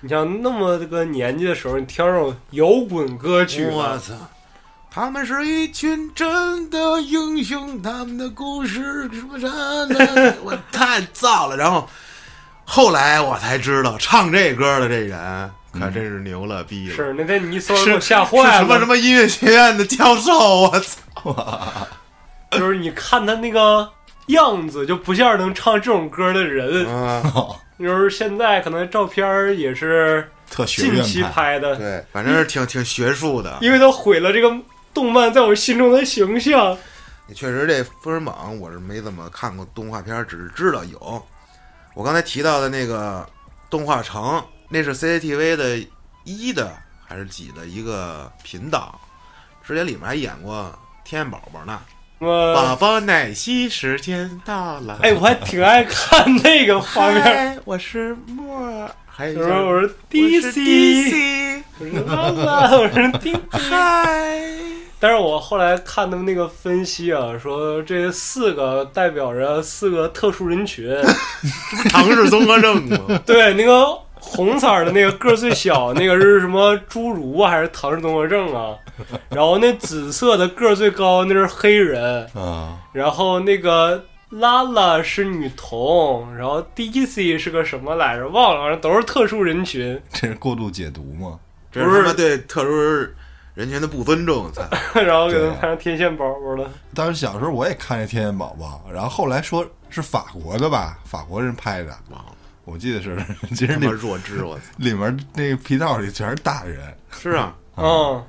B: 你像那么这个年纪的时候，你听这种摇滚歌曲，
A: 我操！他们是一群真的英雄，他们的故事什么什么，我太燥了。然后后来我才知道，唱这歌的这人可真是牛了逼了，
B: 是那天你一搜
A: 是
B: 给我吓坏了，
A: 是什么什么音乐学院的教授，我操！
B: 就是你看他那个样子，就不像是能唱这种歌的人。
A: 嗯，
C: [laughs] 哦
B: 就是现在可能照片儿也是
C: 特学
B: 近
C: 院
B: 期
C: 派。
B: 拍的，
A: 对，反正是挺挺学术的。
B: 因为他毁了这个动漫在我心中的形象。
A: 确实，这《封神榜》我是没怎么看过动画片儿，只是知道有。我刚才提到的那个动画城，那是 CCTV 的一的还是几的一个频道，之前里面还演过天眼宝宝呢。宝
B: 我
A: 宝奶昔时间到了，
B: 哎，我还挺爱看那个画面，
A: 嗨，我是沫儿，还有
B: 我说我说
A: 一
B: DC，我说啦啦，我说 DC。
A: 嗨，
B: 但是我后来看他们那个分析啊，说这四个代表着四个特殊人群，
A: [laughs]
B: [laughs]
A: 唐氏综合症嘛，
B: 对，那个红色儿的那个个儿最小，那个是什么侏儒啊，还是唐氏综合症啊？然后那紫色的个儿最高，那是黑人。
C: 嗯，
B: 然后那个拉拉是女童，然后 DC 是个什么来着？忘了，反正都是特殊人群。
C: [laughs]
B: [laughs]
C: 这是过度解读吗？
A: [laughs] 这是他妈对特殊人群的不尊重， [laughs] 操！
B: 然后给他
C: 对
B: 们拍成天线宝宝了。
C: 当时小时候我也看这《天眼宝宝》，然后后来说是法国的吧，法国人拍的，
A: 忘了，
C: 我记得是。其实
A: 他妈
C: 里
A: 弱智，我操！
C: 里面那个皮套里全是大人，
A: 是啊，
B: 嗯，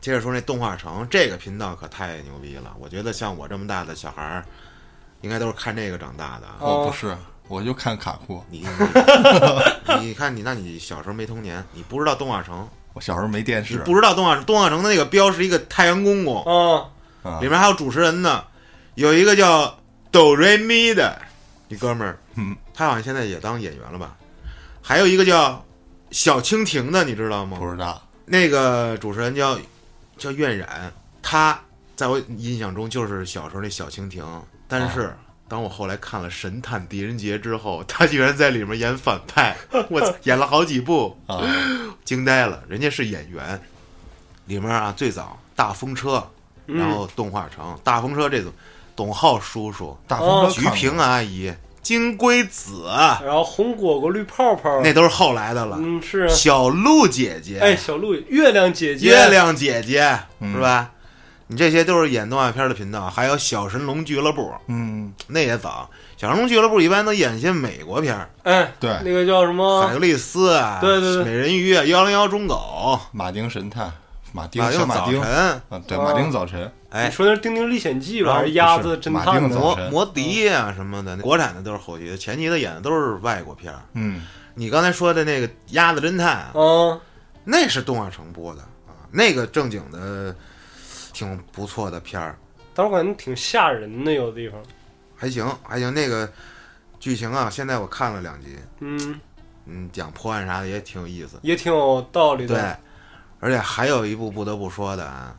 A: 接着说那动画城这个频道可太牛逼了，我觉得像我这么大的小孩儿，应该都是看这个长大的啊。
B: 哦
C: 我不是，我就看卡酷。
A: 你你 [laughs] 你看你，那你小时候没童年，你不知道动画城，
C: 我小时候没电
A: 你
C: 视，
A: 不知道动画动画城的那个标是一个太阳公公，
B: 嗯，
C: 啊
A: 里面还有主持人呢，有一个叫哆瑞咪的一哥们儿，
C: 嗯，
A: 他好像现在也当演员了吧？还有一个叫小蜻蜓的，你知道吗？
C: 不知道。
A: 那个主持人叫叫苑冉，他在我印象中就是小时候那小蜻蜓，但是。
B: 哦
A: 当我后来看了《神探狄仁杰》之后，他居然在里面演反
B: [laughs]
A: 派，我操演了好几部，
B: 哦
C: 啊，
A: 惊呆了。人家是演员，里面啊最早大风车，然后动画城、大风车这种，董浩叔叔、
C: 大风车
A: 菊
C: 看过
A: 萍阿姨、金龟子，
B: 然后红果果绿泡泡，
A: 那都是后来的了。
B: 哦嗯是啊，
A: 小鹿姐姐，
B: 哎，小鹿月亮姐姐，
A: 月亮姐姐、
C: 嗯
A: 是吧？你这些都是演动画片的频道，还有小神龙俱乐部，
C: 嗯，
A: 那也早。小神龙俱乐部一般都演一些美国片儿，
B: 哎，
C: 对
B: 那个叫什
A: 海
B: 么
A: 格？力斯啊，
B: 对对对
A: 美人鱼啊，幺零幺忠狗，
C: 马丁神探，马丁
A: 马
C: 小
A: 丁
C: 马
A: 早
C: 丁，
A: 晨，
C: 啊，对，
B: 啊
C: 马丁早晨，
B: 你
A: 哎，
B: 说那是《丁丁历险记》吧，
A: 然后
B: 还是鸭子侦探
C: 马
B: 呢
C: 丁早
A: 摩
C: 晨
A: 摩迪啊什么的，国产的都是后期的，前期的演的都是外国片儿。
C: 嗯，
A: 你刚才说的那个《鸭子侦探》，啊
B: 嗯，
A: 那是动画城播的啊，那个正经的，挺不错的片儿。
B: 但我感觉挺吓人的，有的地方。
A: 还行还行，那个剧情啊，现在我看了两集，
B: 嗯，
A: 嗯，讲破案啥的也挺有意思。
B: 也挺有道理
A: 对
B: 的。，
A: 而且还有一部不得不说的啊，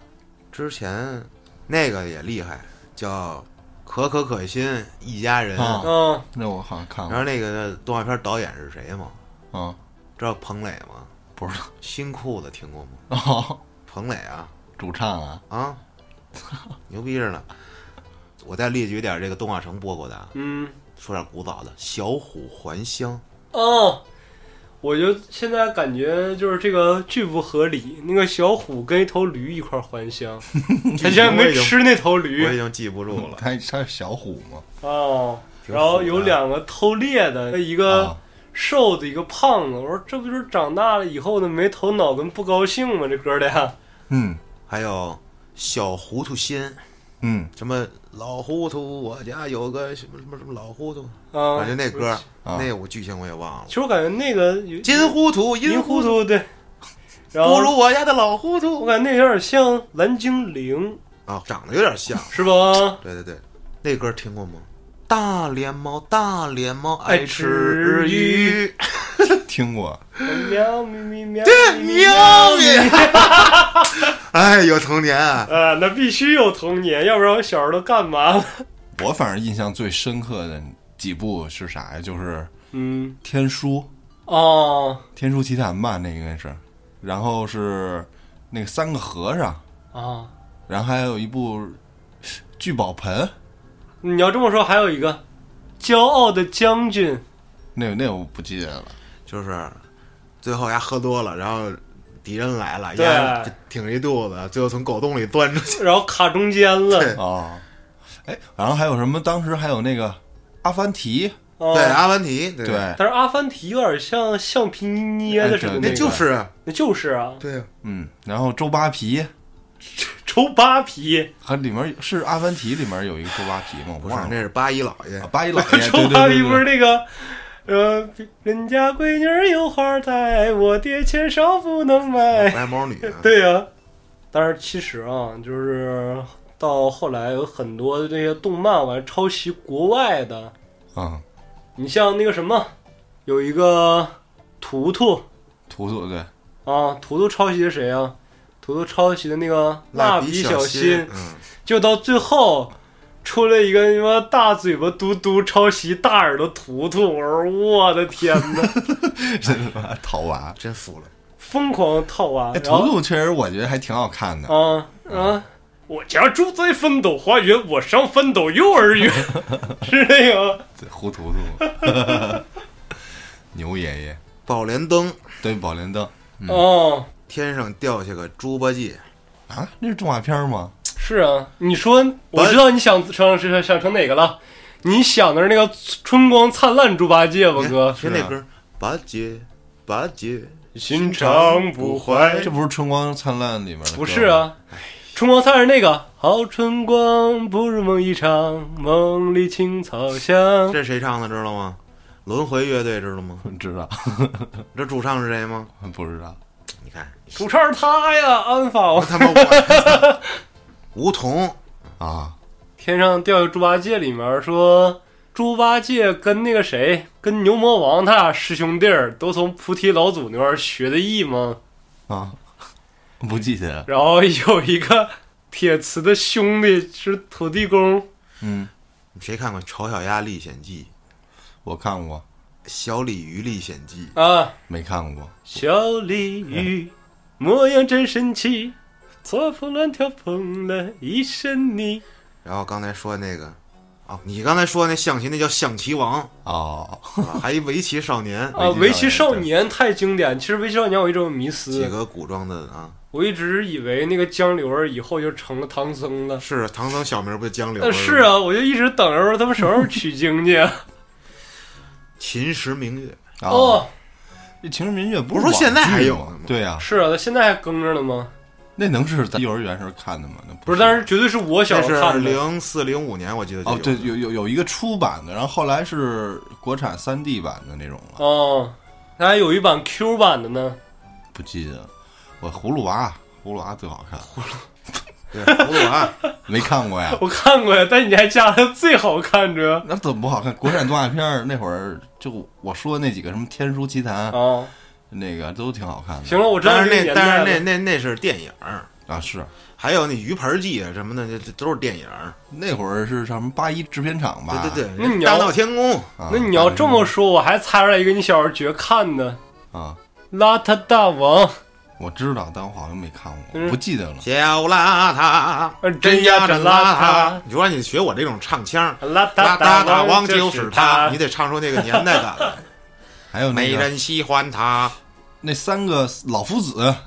A: 之前那个也厉害，叫《可可可心一家人》
C: 啊
B: 嗯，
C: 那我好像看
A: 然
C: 过，
A: 后那个动画片导演是谁吗？
C: 嗯，
A: 知道彭磊吗？
C: 不知道 [laughs]
A: 新裤子听过吗？
C: 哦，
A: 彭磊啊
C: 主唱啊，
A: 啊，牛逼着呢！我再列举点这个动画城播过的，啊，
B: 嗯，
A: 说点古早的《小虎还乡》。
B: 哦，我就现在感觉就是这个巨不合理。那个小虎跟一头驴一块儿还
A: [laughs]
B: 乡，他竟然
A: 我
B: 没
A: 已经
B: 吃那头
A: 我已
B: 驴
A: 经记不住了。
C: 他他是小虎吗？
B: 哦。
A: 挺
B: 然后
A: 虎
B: 有
A: 的
B: 两个偷猎的，一个
C: 啊，
B: 瘦子，一个胖子。我说这不就是长大了以后的没头脑跟不高兴吗？这哥俩，
C: 嗯
A: 还有小糊涂仙，
C: 嗯 [laughs]
A: 什么老糊涂，我家有个什么什么什么老糊涂，
B: 啊，
A: 反正那歌，
C: 啊
A: 那我剧情我也忘了
B: 其。实我感觉那个有
A: 金糊涂，
B: 银
A: 银
B: 糊
A: 糊，
B: 涂对，然
A: 不
B: 后
A: 如我家的老糊
B: 我
A: 涂
B: 感觉那有点像蓝精灵，
A: 啊，长得有点像。
B: 是吧？
A: 对对对，那歌听过吗？大脸猫，大脸猫
B: 爱
A: 爱吃
B: 吃
A: 鱼，
C: 听过，
B: 喵咪咪啊喵，
A: 喵耶！ [laughs] 哎，有童年啊！
B: 啊，那必须有童年，要不然我小时候都干嘛了？
C: 我反正印象最深刻的几部是啥呀？就是
B: 嗯，
C: 《天书》《
B: 哦
C: 天书奇谭》吧，那个应该是，然后是那个三个和尚，
B: 啊，
C: 然后还有一部《聚宝盆》， [laughs]
B: 你要这么说，还有一个骄傲的将军，
C: 那那我不记得了。
A: 就是最后丫喝多了，然后敌人来了，
B: 对
A: 丫就挺着一肚子，最后从狗洞里钻出去。
B: [laughs] 然后卡中间了
A: 对，
C: 哦，哎，然后还有什么？当时还有那个阿凡提，
B: 啊
A: 对，阿凡提，对
C: 对，
A: 吧，
B: 但是阿凡提有点像橡皮泥捏的似的，
C: 哎
A: 那
C: 对
B: 那
A: 就
B: 个
A: 是啊
B: 那就是啊，
A: 对啊，
C: 嗯，然后周扒皮，
B: 周扒皮，
C: 和里面是阿凡提里面有一个周扒皮吗？我
A: 不是
C: 忘，了，
A: 那是八一老爷
C: 啊，八
B: [laughs]
C: 一老爷，
B: 周
C: 对
B: 扒皮
C: 对
B: 不是
C: 对对，
B: 那个。呃，人家闺女儿有花戴，我爹钱少不能买。
C: [laughs]
A: 白毛女啊，
B: 哎对呀、但是其实啊，就是到后来有很多这些动漫我还抄袭国外的。
C: 嗯，
B: 你像那个什么，有一个图图
C: 图
B: [laughs]
C: 图对，
B: 啊，图图抄袭的谁啊？图图抄袭的那个蜡
A: 笔
B: 小
A: 新，嗯，
B: 就到最后出了一个他妈大嘴巴嘟嘟抄袭大耳朵图图，我说我的天呐，
C: 真
B: 啊
C: 他妈套娃。
A: 真服了。
B: 疯狂套娃，
C: 哎，
B: 然后
C: 图。图确实我觉得还挺好看的，
B: 啊啊！我家住在奋斗花园，我上奋斗幼儿园，是那个
C: 对胡图图， [laughs] 牛爷爷，
A: 宝莲灯
C: 对宝莲灯
B: 哦，
A: 天上掉下个猪八戒，
C: 啊，那是动画片吗？
B: 是啊。你说，我
A: 本
B: 知道你想成是想成哪个了，你想的是那个春光灿烂猪八戒吧，哥？啊
A: 听那歌，八戒八戒，
B: 心肠不坏
C: 哎这，不是《春光灿烂》里面的歌吗
B: 不是？啊。春光灿烂是那个，好春光不如梦一场，梦里青草香。
A: 这谁唱的知道吗？轮回乐队知道吗？
C: 知道，
A: 这主唱是谁吗？
C: 不知道。
A: 你看，
B: 主唱是他呀，安法王。
A: 他妈我 [laughs] 梧桐，
C: 啊，
B: 天上掉个猪八戒里面说，猪八戒跟那个谁，跟牛魔王他俩师兄弟儿，都从菩提老祖那边学的艺嘛。
C: 啊，不记得了。
B: 然后有一个铁磁的兄弟是土地公，
C: 嗯，
A: 谁看过《丑小鸭历险记
C: 我看过，》
A: 《小鲤鱼历险记》？
B: 啊，
C: 没看过。
B: 小鲤鱼模样真神奇，左碰乱跳碰了一身泥。
A: 然后刚才说那个，哦，你刚才说那象棋，那叫象棋王，
C: 哦，
A: 啊还一围棋少年，
B: 啊，
C: 围
B: 围
C: 棋
B: 棋
C: 少
B: 少
C: 年
B: 年太经典。其实围棋少年我一直有迷
A: 几
B: 思，
A: 个古装的啊，
B: 我一直以为那个江流儿以后就成了唐僧了。
A: 是唐僧小名不就江流
B: 呃，
A: 儿？
B: 是，啊，我就一直等着说他们什么时候取经
A: [laughs]
B: 去。啊
A: 秦时明月，
C: 哦，，这《秦时明月》
A: 不
C: 不是
A: 是说现在还有
C: 网剧
A: 呢吗
C: 对呀，
B: 是啊，他现在还更着呢吗？
C: 那能是咱幼儿园时候看的吗？那
B: 不是，但是绝对是我小
A: 这是
B: 时候看的。
A: 零四零五年，我记得就
C: 哦，对，
A: 了
C: 有有有一个出版的，然后后来是国产三 D 版的那种了，
B: 哦，那还有一版 Q 版的呢。
C: 不记得。我葫芦娃，葫芦娃最好看，
B: [laughs]
A: 对葫芦娃，
C: 没看过呀？
B: 我看过呀，但你还加了最好看着啊
C: 那怎么不好看？国产动画片儿那会儿就我说那几个什么《天书奇谭》
B: 啊。
C: 那个都挺好看的。
B: 行了，我知道
A: 但
B: 这
A: 是那
B: 个年
A: 但
B: 代
A: 是那
B: 了
A: 那那是电影儿，
C: 啊，是
A: 还有那鱼盆记啊什么的，这这都是电影儿。
C: 那会儿是什么八一制片厂吧？
A: 对对
B: 那你
A: 对，
B: 要
A: 大闹天宫，
C: 啊
B: 那你要这么说，我还猜出来一个你小时候绝看的
C: 啊，
B: 《邋遢大王》，
C: 我知道，但我好像没看过，
B: 嗯
C: 我不记得了。
A: 小邋
B: 呃
A: 遢，
B: 真呀
A: 呀真
B: 真邋遢
A: 遢。你说你学我这种唱腔，
B: 邋
A: 邋
B: 遢
A: 遢
B: 大
A: 大王
B: 就
A: 就是
B: 他
A: 他，你。得唱出那个年代
C: [laughs]
A: 感来。
C: 还有
A: 没
C: 那个
A: 人喜欢他，
C: 那三个老夫子
B: 啊，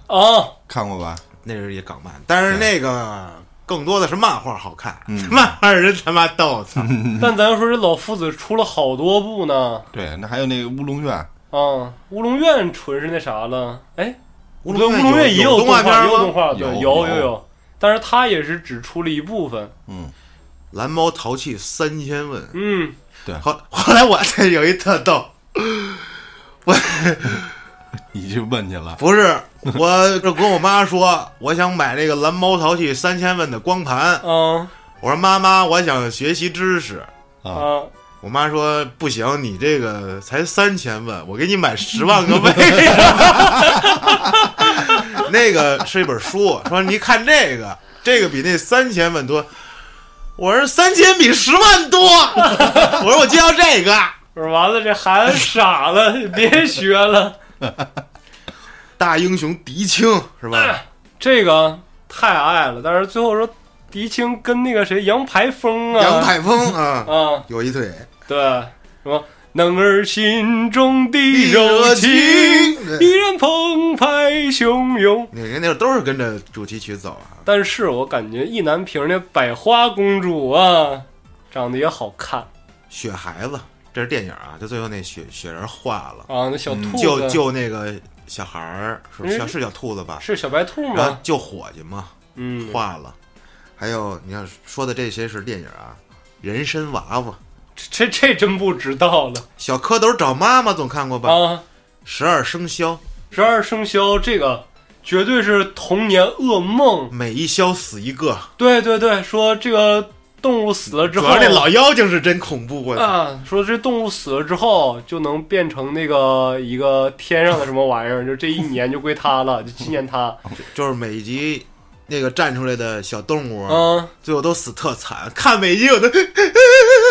C: 看过吧？
A: 那是一港漫，但是那个更多的是漫画好看，[laughs]
C: 嗯
A: 漫画真他妈逗，操！
B: [laughs] 但咱说这老夫子出了好多部呢。
C: 对，那还有那个乌龙院，
B: 啊，乌龙院纯是那啥了，哎，
A: 乌
B: 对乌龙院也
A: 有
B: 动画
A: 画
B: 片，也
A: 片
B: 有动
A: 吗？
B: 画，对，
C: 有
B: 有
C: 有
B: 有，但是它也是只出了一部分。
C: 嗯，
A: 蓝猫淘气三千问，
B: 嗯，
A: 后后来我有一特逗，
C: 你去问去了。
A: 不是我这跟我妈说，我想买这个蓝猫淘气三千问的光盘，
B: 啊
A: 我说妈妈，我想学习知识。
C: 啊，
B: 啊，
A: 我妈说不行，你这个才三千问，我给你买十万个为什么。那个是一本书，说你看这个，这个比那三千问多。我说三千比十万多，我说我就要这个。
B: 我说完了，这孩子傻了， [laughs] 你别学了。
A: 大英雄狄青是吧？
B: 这个太爱了，但是最后说狄青跟那个谁杨排风啊，
A: 杨派风啊，
B: 啊，
A: 有一腿。
B: 对，什么男儿心中的热
A: 热
B: 情
A: 情，
B: 依然澎湃汹涌。
A: 你看那会儿都是跟着主题曲走啊。
B: 但是我感觉意难平那百花公主啊，长得也好看
A: 雪孩子，这是电影啊，就最后那雪雪人化了，
B: 啊，那小兔子、
A: 救救那个小孩儿，是
B: 嗯
A: 小是小兔子吧？
B: 是小白兔
A: 然后
B: 吗？
A: 救伙计嘛，
B: 嗯，
A: 化了。还有你看说的这些是电影啊，人参娃娃、
B: 这这真不知道了
A: 小蝌蚪找妈妈，总看过吧？
B: 啊！
A: 十二生肖，
B: 十二生肖这个绝对是童年噩梦。
A: 每一肖死一个。
B: 对对对，说这个动物死了之
A: 主
B: 后，
A: 要这老妖精是真恐怖，我操！
B: 啊，说这动物死了之后就能变成那个一个天上的什么玩意儿，就这一年就归它了，就纪念它。
A: 就是每一集那个站出来的小动物，啊
B: 嗯，
A: 最后都死特惨。看每集我都 [laughs]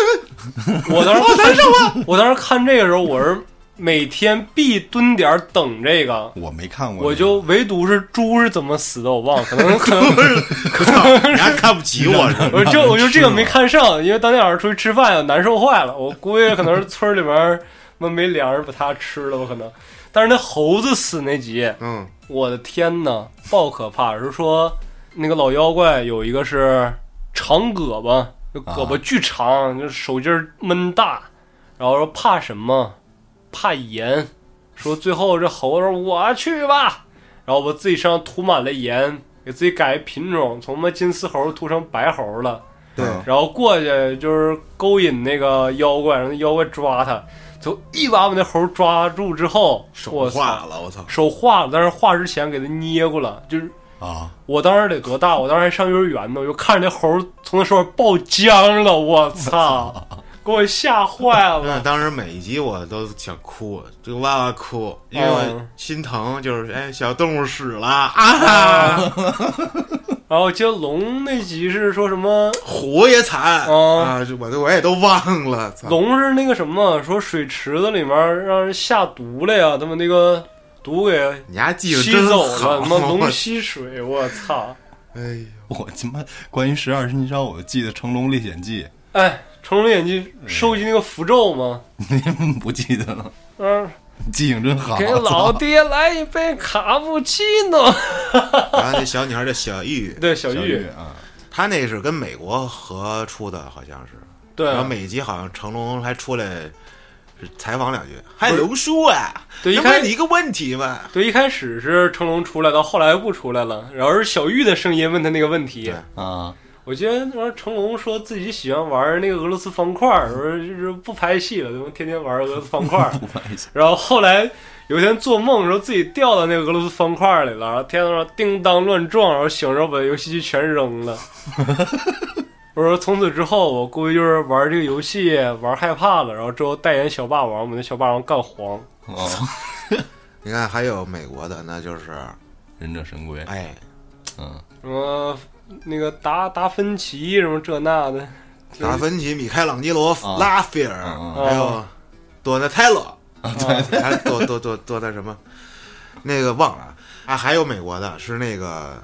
B: 我当时好难受啊！ [laughs] 我当时看这个时候，我是每天必蹲点儿等这个，
C: 我没看过那个，
B: 我就唯独是猪是怎么死的我忘了，
A: [laughs]
B: 可能可能
A: 靠，你还看不起我是吧？
B: 我就我就这个没看上，因为当天晚上出去吃饭，难受坏了。我估计可能是村里边儿他妈没粮食把它吃了吧，可能。但是那猴子死那集，
A: 嗯，
B: 我的天呐，爆可怕！是说那个老妖怪有一个是长胳膊，就胳膊巨长，就手劲儿闷大，然后说怕什么？怕盐。说最后这猴子说我去吧，然后我自己身上涂满了盐，给自己改品种，从他妈金丝猴涂成白猴了。
A: 对
C: 嗯
B: 然后过去就是勾引那个妖怪，让那妖怪抓他，就一把把那猴抓住之后，
A: 手
B: 我操！
A: 化了，我操！
B: 手画了，但是画之前给它捏过了。就是
C: 啊，
B: 我当时得多大？我当时还上幼儿园呢，我就看着那猴儿从那手里爆浆了，我
A: [laughs]
B: 操！给我吓坏
A: 嗯，
B: 了。
A: 当时每一集我都想哭，就哇哇哭，因为我心疼，就是哎，小动物死了啊，
B: 啊！然后接龙那集是说什么？
A: 虎也惨、
B: 哦
A: 啊，这我都我也都忘了，操！
B: 龙是那个什么？说水池子里面让人下毒了呀，他们那个毒给
A: 你还记得
B: 吸
A: 哎真
B: 走
A: 好啊
B: 了，，他妈龙吸水，我操！
A: 哎呦，
C: 我他妈关于十二生肖，我记得《成龙历险记，
B: 哎，成龙演技
A: 哎
B: 收集那个符咒吗？》
C: [laughs] 不记得了，
B: 嗯，
C: 记性真
A: 啊
C: 好。
B: 给老爹来一杯卡布奇诺。 [laughs]
A: 然后那小女孩叫小玉，
B: 对，小
C: 小
B: 玉，
C: 啊，
A: 她那是跟美国合出的，好像是。
B: 对
A: 然后每一集好像成龙还出来采访两句，嗨，龙叔啊，
B: 对一
A: 能
B: 开
A: 问你一个问题吗？
B: 对，一开始是成龙出来，到后来不出来了，然后是小玉的声音问他那个问题
A: 对。
C: 啊，
B: 我记得那时候成龙说自己喜欢玩那个俄罗斯方块，说就是不拍戏了，他妈天天玩俄罗斯方块。
C: 不好意思，
B: [laughs] 然后后来有一天做梦说自己掉到那个俄罗斯方块里了，然后天上叮当乱撞，然后醒着把游戏机全扔了。 [laughs] 我说从此之后，我估计就是玩这个游戏玩害怕了，然后之后代言小霸王，把那小霸王干黄。
C: 哦， [laughs]
A: 你看，还有美国的，那就是，
C: 忍者神龟，
A: 哎，
C: 嗯，
B: 什么那个达达芬奇什么这那的，
A: 达芬奇、米开朗基罗、
C: 啊
A: 拉斐尔，
C: 嗯
B: 嗯
A: 还有朵娜泰勒，
B: 啊
A: 还朵朵朵朵那什么，那个忘了啊，还有美国的是那个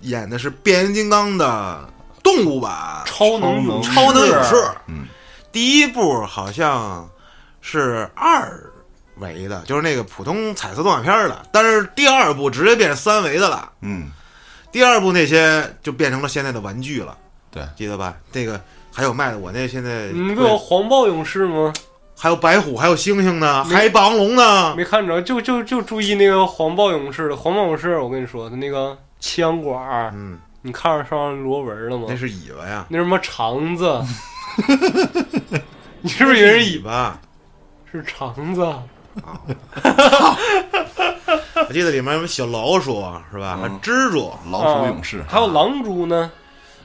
A: 演的是变形金刚的动物版
B: 超能勇
A: 超能勇士，
C: 嗯，
A: 第一部好像是二维的，就是那个普通彩色动画片儿的，但是第二部直接变成三维的了。
C: 嗯，
A: 第二部那些就变成了现在的玩具了，
C: 对
A: 记得吧？那个还有卖的，我那现在
B: 嗯你不有黄暴勇士吗？
A: 还有白虎，还有猩猩呢，还有霸王龙呢，
B: 没看着，就就就注意那个黄暴勇士的黄暴勇士，我跟你说，他那个气管管儿，
A: 嗯，
B: 你看着上面螺纹了吗
A: 那？是尾巴呀，
B: 那什么肠子，
A: [laughs]
B: 你是不是以为是
A: 尾
B: 尾巴？
A: 巴。
B: 是肠子，
A: 我记得里面有什么小老鼠啊是吧？
C: 嗯
A: 蜘蛛，
C: 老鼠勇士，
B: 啊还有狼蛛呢。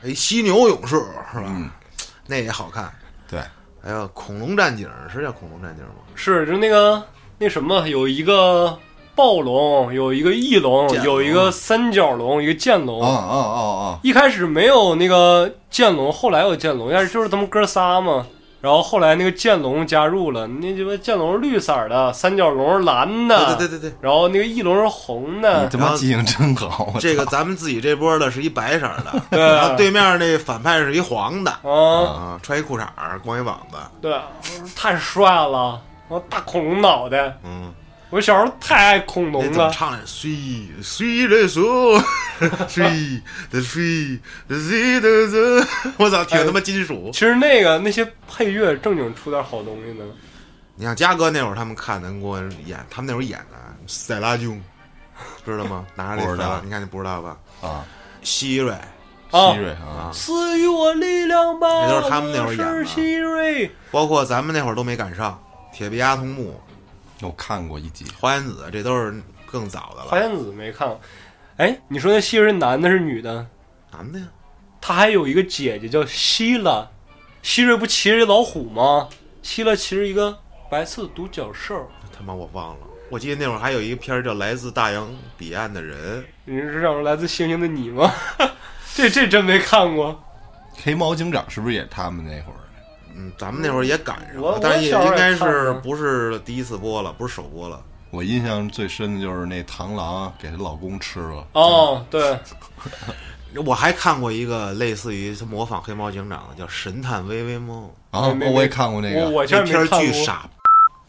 A: 哎，犀牛勇士是吧？
C: 嗯
A: 那也好看。
C: 对，
A: 还有恐龙战警，是叫恐龙战警吗？
B: 是，就那个那什么，有一个暴龙，有一个翼龙
A: 剑，龙
B: 有一个三角龙，一个剑龙。
C: 哦哦哦
B: 一开始没有那个剑龙，后来有剑龙，但是就是他们哥仨嘛。然后后来那个剑龙加入了，那鸡巴剑龙是绿色儿的，三角龙是蓝的，
A: 对对对对
B: 然后那个翼龙是红
C: 哦，
B: 的
C: 你他，
A: 然
C: 妈
A: 后
C: 记性真好，我操
A: 这个咱们自己这波的是一白色的，
B: [laughs] 对
A: 然后对面那反派是一黄的
B: 啊，
A: 啊，穿一裤衩，光一膀子，
B: 对，我说太帅了，然后大恐龙脑袋，
A: 嗯，
B: 我小时候太爱恐
A: 那
B: 龙
A: 怎么
B: 了，
A: 唱来？虽 [laughs] 虽然说，虽的虽的虽的的，我操，挺他妈金属。
B: 其实那个那些配乐正经出点好东西呢，
A: 你像嘉哥那会儿，他们看咱给我演，他们那会儿演的《塞拉军》，知道
B: [laughs]
A: 吗？拿着
C: 不
A: 那
C: 知
A: 塞
C: 道
A: 拉，你看你不知道吧？
C: 啊，
A: 希瑞，
B: 啊
C: 希，瑞啊，
B: 赐予我力量吧，
A: 那都是他们那会儿演的
B: 我是希瑞，
A: 包括咱们那会儿都没赶上《铁臂阿童木
C: 我看过一集，》
A: 《花仙子》，这都是更早的
B: 花
A: 了。
B: 仙子没看过，哎，你说那希瑞男的是女的？
A: 男的呀，
B: 他还有一个姐姐叫希拉，希瑞不骑着一老虎吗？希拉骑着一个白色的独角兽，
A: 他妈我忘了。我记得那会儿还有一个片儿叫《来自大洋彼岸的人》，
B: 你是想说来自星星的你吗？ [laughs] 这这真没看过，
C: 黑猫警长是不是也是他们那会儿？
A: 嗯，咱们那会儿也赶上
B: 我
A: 了
B: 我，
A: 但是也
B: 小时候
A: 应
B: 也
A: 该
B: 看
A: 是
B: 过
A: 不是第一次播了，不是首播了。
C: 我印象最深的就是那螳螂给她老公吃了，
B: 哦，对，
A: 我还看过一个类似于他模仿黑猫警长的，叫《神探薇薇梦
C: 啊，
B: 没没
C: 我也看过那
B: 我
C: 个
B: 我
A: 那
B: 确实
A: 片儿
B: 没看
A: 巨
B: 过。
A: 傻。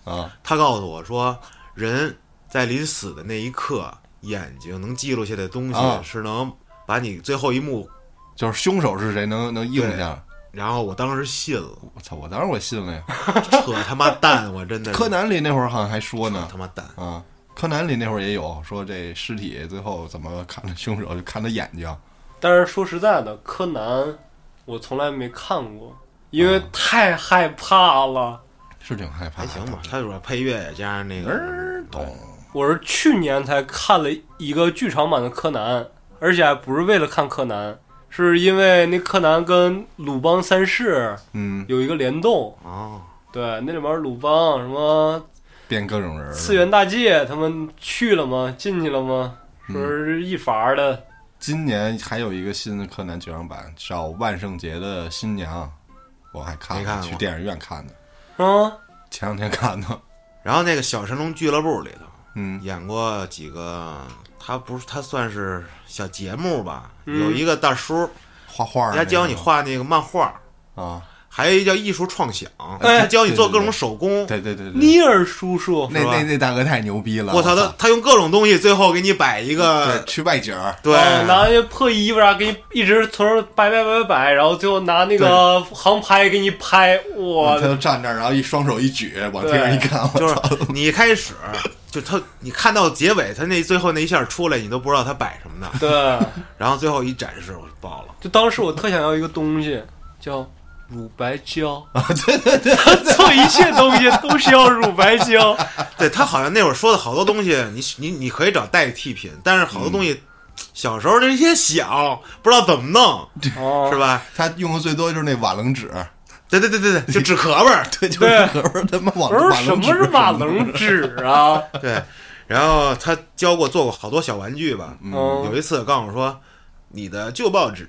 C: 啊，
A: 他告诉我说，人在临死的那一刻，眼睛能记录下的东西
C: 啊
A: 是能把你最后一幕。
C: 就是凶手是谁能能应一下？
A: 然后我当时信了，
C: 我操，我当时我信了呀。
A: 扯他妈蛋！我
B: [laughs]
A: 真的是
C: 柯南里那会儿好像还说
A: 扯
C: 呢
A: 他，妈蛋！
C: 啊，柯南里那会儿也有说这尸体最后怎么看着凶手就看他眼睛，
B: 但是说实在的，柯南我从来没看过，因为太害怕了。
C: 是挺害怕
A: 还
C: 的。
A: 行吧，他主要配乐加上那个
B: 嗯
A: 嗯
C: 儿懂，
B: 我是去年才看了一个剧场版的柯南，而且还不是为了看柯南，是因为那柯南跟鲁邦三世
C: 嗯，
B: 有一个联动，
A: 哦，
B: 对，那里面鲁邦什么
C: 变各种人儿，
B: 次元大介他们去了吗？进去了吗？
C: 嗯
B: 说是一伐儿的，
C: 今年还有一个新的柯南剧场版，叫《万圣节的新娘》，我还看
A: 没
C: 了，
A: 看过
C: 去电影院看的，
B: 啊，
C: 前两天看的。
A: 然后那个小神龙俱乐部里头
C: 嗯，
A: 演过几个，他不是他算是小节目吧？
B: 嗯
A: 有一个大叔，
C: 画画儿
A: 人家
C: 那个
A: 教你画那个漫画，
C: 啊，
A: 还有一个叫艺术创想，
C: 哎
A: 他教你做
C: 对对
A: 各种
C: 对
A: 手工。
C: 对对对对，
B: 尼尔叔叔，啊
C: 那
A: 是吧
C: 那那大哥太牛逼了！
A: 我操，他他用各种东西，最后给你摆一
C: 对
A: 个，
C: 去外景儿，
A: 对，
B: 啊拿那破衣服啥啊给你一直从头摆摆摆摆摆，然后最后拿那个航拍给你拍，
C: 他
B: 我
C: 就站那儿，然后一双手一举，往天上一看，我
A: 就是
C: 操！
A: 你一开始就他，你看到结尾，他那最后那一下出来，你都不知道他摆什么呢。
B: 对，
A: 然后最后一展示，我就爆了。
B: 就当时我特想要一个东西叫乳白胶，
C: 啊，对对对，
B: 他做一切东西都是要乳白
C: [laughs]
B: 胶。
A: 对他好像那会儿说的好多东西，你你你可以找代替品，但是好多东西，小时候那些小不知道怎么弄，
B: 哦，
A: 是吧？
C: 他用的最多就是那瓦楞纸，
A: 对对对对对，就纸壳
B: [laughs]
A: 儿。
C: 对， [laughs] 就是那盒儿他妈瓦
B: 我说
C: 瓦
B: 什
C: 楞
B: 么
C: 纸，
B: 是瓦楞纸啊？
A: 对，然后他教过做过好多小玩具吧。有
B: 嗯，
A: 一次告诉我说，你的旧报纸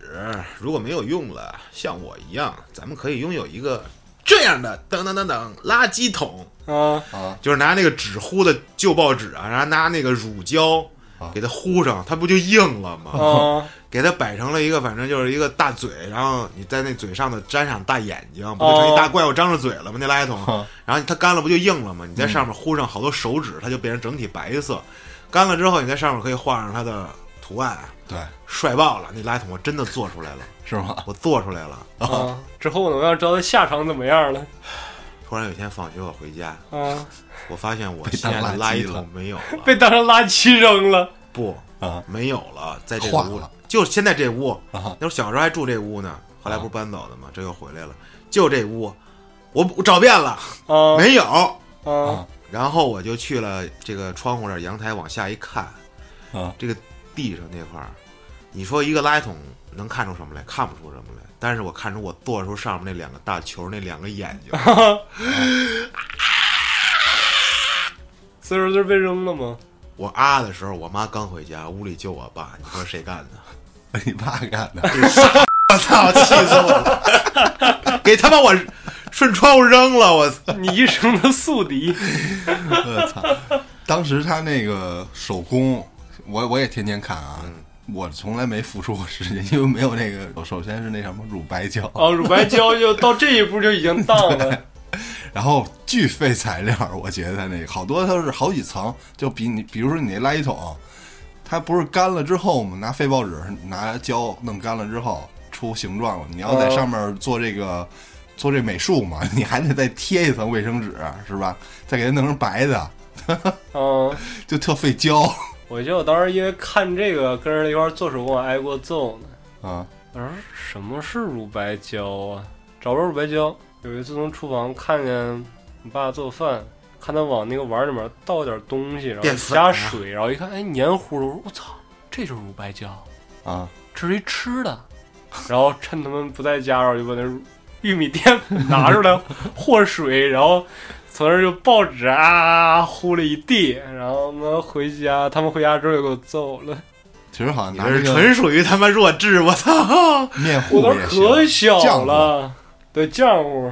A: 如果没有用了，像我一样，咱们可以拥有一个这样的噔噔噔噔垃圾桶，
B: 啊，
C: 啊，
A: 就是拿那个纸糊的旧报纸啊，然后拿那个乳胶
C: 啊
A: 给它糊上，它不就硬了吗？
C: 哦
B: 啊，
A: 给它摆成了一个，反正就是一个大嘴，然后你在那嘴上头粘上大眼睛，不就成一大怪物张着嘴了吗？那垃圾桶
C: 哦，
A: [laughs] 然后它干了不就硬了吗？你在
C: 嗯
A: 上面糊上好多手指，它就变成整体白色。干了之后，你在上面可以画上它的图案，
C: 对，
A: 帅爆了！那垃圾桶我真的做出来了，
C: 是吗？
A: 我做出来了。
B: 啊！之后呢，我要知道他下场怎么样了。
A: 突然有一天放学我回家，
B: 啊，
A: 我发现我
C: 被
A: 心
C: 当
A: 爱的垃
C: 垃圾
A: 圾
C: 了
A: 桶没有
C: [laughs]
A: 了，
B: 被当成垃圾扔了。
A: 不
C: 啊
A: 没有了，在这
C: 化
A: 个屋
C: 了，
A: 就现在这屋，那时
C: 啊，
A: 候小时候还住这屋呢，后来不是搬走的吗？这又回来了，就这屋，我我找遍了
B: 啊
A: 没有，
B: 啊
A: 然后我就去了这个窗户这儿阳台往下一看，
C: 啊，
A: 这个地上那块儿，你说一个垃圾桶能看出什么来？看不出什么来。但是我看出我剁出上面那两个大球，那两个眼
C: [laughs]
A: 睛，
B: 所以说就是被扔了吗？
A: 我啊的时候，我妈刚回家，屋里就我爸，你说谁干的？ [laughs]
C: 被你爸干的，
A: 我操，气死我了！给他把我顺窗户扔了，我操！
B: 你一生的宿敌。
C: 我操！ [laughs] 当时他那个手工，我我也天天看啊，我从来没付出过时间，因为没有那个，首先是那什么乳白胶，
B: 啊，乳白胶就到这一步就已经
A: [laughs]
B: 荡了。
C: 然后巨费材料，我觉得他那个好多它是好几层，就比你比如说你那垃圾桶，它不是干了之后，我们拿废报纸拿胶弄干了之后出形状了，你要在
B: 哦
C: 上面做这个。做这美术嘛，你还得再贴一层卫生纸，是吧？再给它弄成白的，
B: 嗯，
C: 就特费胶
B: 我记得我当时因为看这个跟人一块儿做手工，我挨过揍呢。
C: 啊！
B: 我说什么是乳白胶啊？找着乳白胶，有一次从厨房看见你爸做饭，看他往那个碗里面倒点东西，然
A: 淀
B: 后
A: 粉啊
B: 加水，然后一看，哎，黏糊的。我说我操，这就是乳白胶，
C: 啊，
B: 这是一吃的。 [laughs] 然后趁他们不在家，然后就把那玉米淀粉 [laughs] 拿出来和水，然后从那儿就报纸啊啊啊糊了一地。然后他们回家，他们回家之后就给我揍了，
C: 其实好像
A: 你
C: 拿
A: 这
C: 这
A: 是
C: 个
A: 纯属于他妈弱智，我
C: [laughs]
A: 操！
C: 面
B: 我
C: 糊
B: 都
C: 也
B: 可小
C: 行，浆
B: 了，对浆糊。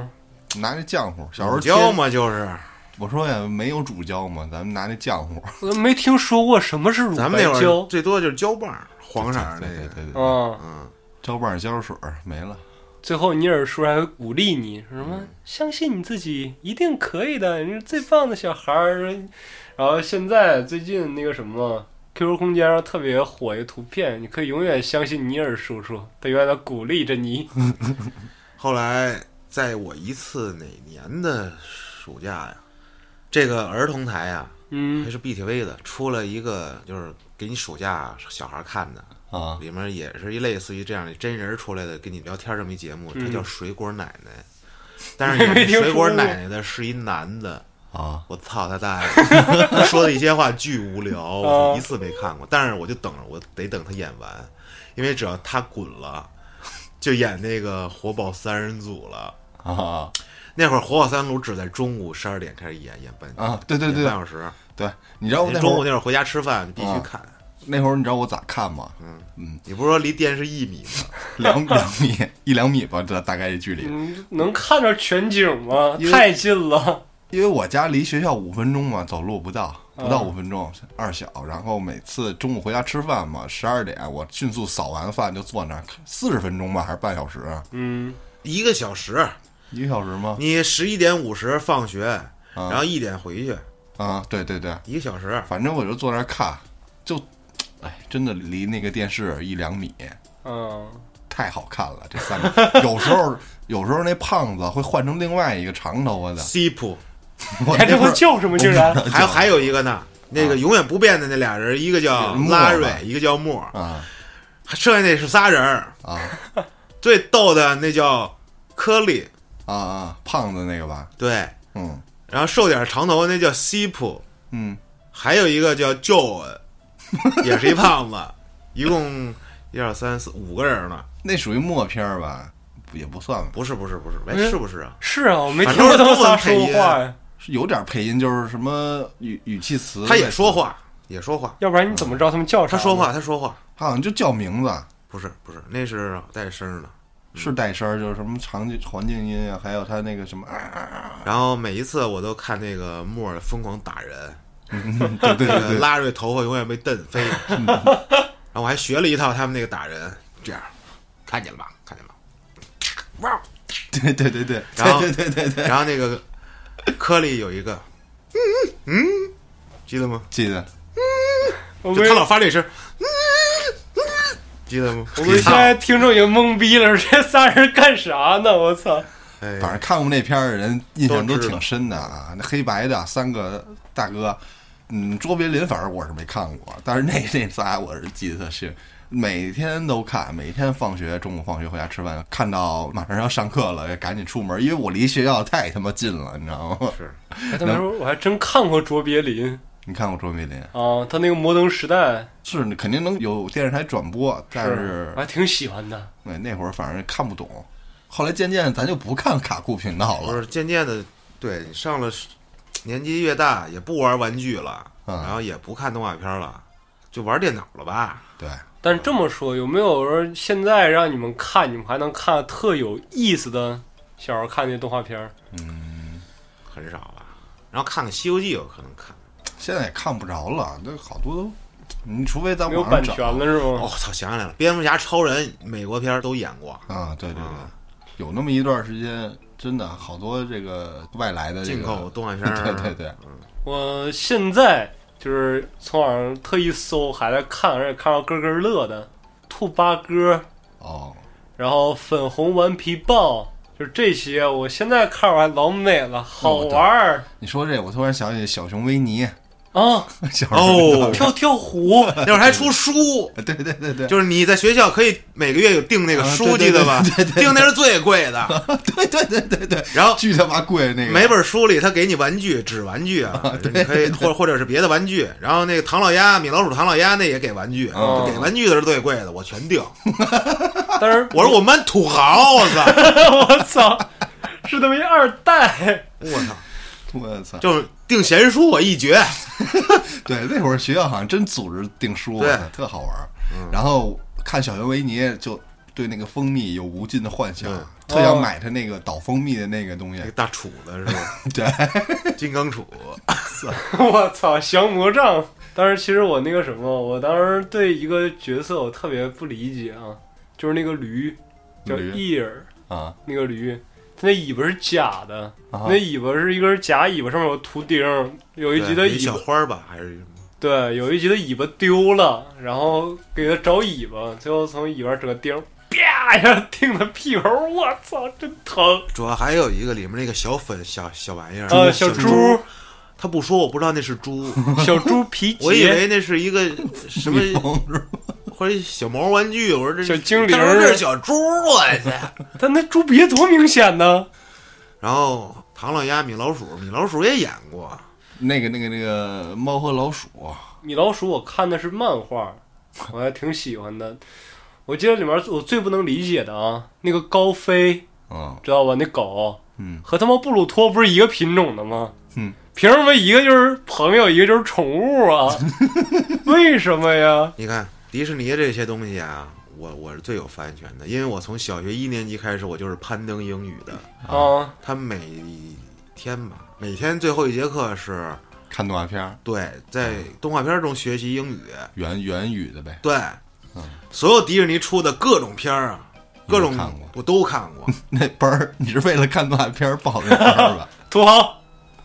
C: 拿那浆糊。小时
A: 乳
C: 候
A: 胶
C: 贴，
A: 嘛，就是
C: 我说呀，没有主胶嘛，咱们拿那浆糊。
B: 我没听说过什么是乳
A: 咱
B: 白
A: 们那会
B: 胶
A: 儿最多就是胶棒，黄色儿那
C: 对对
A: 个，
C: 对对对，
B: 啊、
A: 嗯，
C: 胶棒胶水儿没了。
B: 最后尼尔叔还会鼓励你，说什么、
A: 嗯
B: 相信你自己，一定可以的，你是最棒的小孩儿。然后现在最近那个什么 QQ 空间上特别火一个图片，你可以永远相信尼尔叔叔，他永远的鼓励着你。
A: 后来在我一次哪年的暑假呀，这个儿童台呀还
B: 嗯，
A: 是 BTV 的，出了一个就是给你暑假小孩看的，
C: 啊
A: 里面也是一类似于这样的真人出来的跟你聊天这么一节目，它
B: 嗯
A: 叫水果奶奶。但是演水果奶奶的是一男的，
C: 啊！
A: 我操他大爷！他说的一些话巨无聊，我一次没看过。但是我就等着，我得等他演完，因为只要他滚了，就演那个火爆三人组了。
C: 啊
A: 那会儿《火火三炉》只在中午十二点开始演，演半
C: 啊！对对
A: 演
C: 对
A: 半
C: 对
A: 小时。
C: 对，你知道我
A: 你
C: 那
A: 中午
C: 会儿啊
A: 那会儿回家吃饭，你必须看。
C: 那会儿你知道我咋看吗？嗯
A: 你不是说离电视一米吗？
C: 两两米一两米吧，这大概这距
A: 哎
C: 离。
B: 嗯，能看着全景吗
C: 因？为
B: 太近了。
C: 因为我家离学校五分钟嘛，走路不到不到五分钟，二小。然后每次中午回家吃饭嘛，十二点我迅速扫完饭就坐那儿四十分钟吧，还是半小时？
B: 嗯，
A: 一个小时，
C: 一个小时吗？
A: 你十一点五十放学，然后一点回去，
C: 啊，对对对，
A: 一个小时。
C: 反正我就坐那儿看，就，哎，真的离那个电视一两米，
B: 嗯，
C: 太好看了。这三个 [laughs] 有时候，有时候那胖子会换成另外一个长头
A: [laughs]
C: 发的。
A: 西普，
C: 我
B: 还
C: 那
B: 哎这
C: 会
B: 会
C: 儿
B: 叫什么
A: [laughs]
B: 竟然？
A: 还还有一个呢，那个永远不变的啊那俩人，一个叫
C: 莫
A: 拉
C: 吧
A: 瑞，一个叫莫儿，
C: 啊
A: [laughs] 剩下那是仨人儿。
C: 啊
A: 最逗的那叫颗粒，
C: 啊啊，胖子那个吧，
A: 对，
C: 嗯
A: 然后瘦点儿长头发那叫西普，
C: 嗯，
A: 还有一个叫 Joe，也是一胖子， [laughs] 一共一二三四五个人呢。
C: 那属于默片儿吧，也不算吧，
A: 不是不是不是，哎，
B: 嗯
A: 是不是啊？
B: 是啊，我没
A: 反
B: 听
A: 正
B: 过他们
A: 中文
B: 仨
A: 配
B: 说过
A: 音
B: 话呀，
C: 是有点配音，就是什么语语气词，
A: 他也说，话，也说话，
B: 要不然你怎么知道他们叫啥
A: 他
B: 呢？
A: 说话，他说话，
C: 他好像就叫名字，
A: 不是不是，那是带声儿的。
C: 是带声儿，就是什么场景环境音啊，还有他那个什么，啊啊
A: [laughs]
C: 啊
A: 然后每一次我都看那个莫尔疯狂打人，
C: 嗯对对
A: 那
C: 对
A: 个
C: 对，嗯
A: 拉瑞头发永远被蹬飞。 [laughs] 然后我还学了一套他们那个打人，这样看见了吧？看见了吧。哇！
C: 对对对对，
A: 然后
C: 对对对对，
A: 然后那个科里有一个，嗯嗯，记得吗？
C: 记得
B: 我
A: 就
B: 们
A: 他老发这声，嗯嗯，记得吗？
B: 我们现在听众也懵逼了，这仨人干啥呢？我操！
A: 哎
C: 反正看过那片儿的人印象
A: 都
C: 都
A: 知道
C: 挺深的啊，那黑白的三个大哥，嗯，卓别林反正我是没看过，但是那那仨我是记得特深，每天都看，每天放学中午放学回家吃饭，看到马上要上课了，赶紧出门，因为我离学校太他妈近了，你知道吗？
A: 是
B: 哎他们说我还真看过卓别林
C: 你看过卓别林
B: 啊，他那个《摩登时代
C: 是肯定能有电视台转播，》但是
B: 我还挺喜欢的。
C: 哎那会儿反正看不懂，后来渐渐咱就不看卡酷频道
A: 不
C: 了，
A: 是渐渐的，对你上了年纪越大，也不玩玩具了，
C: 嗯
A: 然后也不看动画片了，就玩电脑了吧？
C: 对。
B: 但是这么说，有没有说现在让你们看，你们还能看特有意思的小时候看那动画片儿？
A: 很少吧。然后看看《西游记》，有可能看。
C: 现在也看不着了，那好多都，你除非在
B: 没有
C: 网
B: 版
C: 上找
B: 权了是
A: 哦，
B: 吗？
A: 操，想起来了，《蝙蝠侠》《超人》美国片儿都演过，
C: 啊，对对对
A: 啊，
C: 有那么一段时间，真的好多这个外来的这
A: 进
C: 个
A: 口动画片儿。
C: [laughs] 对对对，
B: 我现在就是从网上特意搜，还在看，而且看到咯咯乐的兔八哥，
C: 哦，
B: 然后粉红顽皮豹，就是这些。我现在看完老美了，好玩儿
C: 你说这，我突然想起小熊维尼， [laughs]
B: 啊！
C: 小时候
A: 哦，
B: [laughs] 跳跳虎，
A: 那会儿还出书，
C: 对对对对，
A: 就是你在学校可以每个月有订那个
C: 啊
A: 书，
C: 对对
A: 记得吧？
C: 对对对
A: 订那是最贵的，
C: 对对对对对，
A: 然后
C: 巨他妈贵那个，
A: 每本书里他给你玩具，纸玩具啊，你可以或或者是别的玩具，然后那个唐老鸭、米老鼠、唐老鸭那也给玩具，
C: 哦
A: 给玩具的是最贵的，我全订。
B: 但是
A: 我说我们班土豪，啊我操，
B: [laughs] 我操，是他妈一二代。
A: 我操，
C: 我操，
A: 就是订闲书我一绝。
C: 对那会儿学校好像真组织订书，啊
A: 对
C: 特好玩儿。然后看小熊维尼就。对那个蜂蜜有无尽的幻想
A: 嗯，
C: 特想
B: 哦
C: 买他那个倒蜂蜜的那个东西
A: 那个。大杵子是吧？
C: [laughs] 对，
A: 金刚杵，
B: 我操，降魔杖！当时其实我那个什么，我当时对一个角色我特别不理解啊，就是那个驴叫
C: 驴
B: 伊尔，
C: 啊，
B: 那个驴，它那尾巴是假的，
C: 啊
B: 那尾巴是一根假尾巴，上面有图钉儿。有一集的
A: 对有
B: 尾
A: 一小
B: 巴，
A: 花儿吧，还是什么
B: 对，有一集的尾巴丢了，然后给它找尾巴，最后从尾巴折钉儿，啪一下钉它屁股，我操，真疼！
A: 主要还有一个里面那个小粉小呃小玩意儿
B: 啊，小
A: 猪，
B: 猪，
A: 他不说我不知道那是猪， [laughs]
B: 小猪皮
A: 我以
B: 杰，
A: 为那是一个什
C: [laughs]
A: 么
C: 蜜蜂是吧？
A: 或者小毛玩具，我说这
B: 小精灵
A: 他说这是小猪，啊我去。
B: 但那猪鼻子多明显呢！
A: 然后唐老鸭、米老鼠，米老鼠也演过，
C: 那个那个那个猫和老鼠，
B: 米老鼠我看的是漫画，我还挺喜欢的。我记得里面我最不能理解的啊，那个高飞
C: 嗯
B: 知道吧？那狗
C: 嗯
B: 和他妈布鲁托不是一个品种的吗？
C: 嗯，
B: 凭什么一个就是朋友，一个就是宠物
A: [laughs]
B: 啊？为什么呀？
A: 你看迪士尼这些东西啊。我我是最有发言权的，因为我从小学一年级开始，我就是攀登英语的。
B: 啊，
A: 他每天吧，每天最后一节课是
C: 看动画片儿，
A: 对，在动画片中学习英语，
C: 原原语的呗。 [laughs]
A: 对，所有迪士尼出的各种片儿啊，
C: 你都
A: 各种
C: 看过
A: 我都看
C: [laughs]
A: 过，
C: 那班儿，你是为了看动画片儿报的班儿吧？ [laughs]
B: 土豪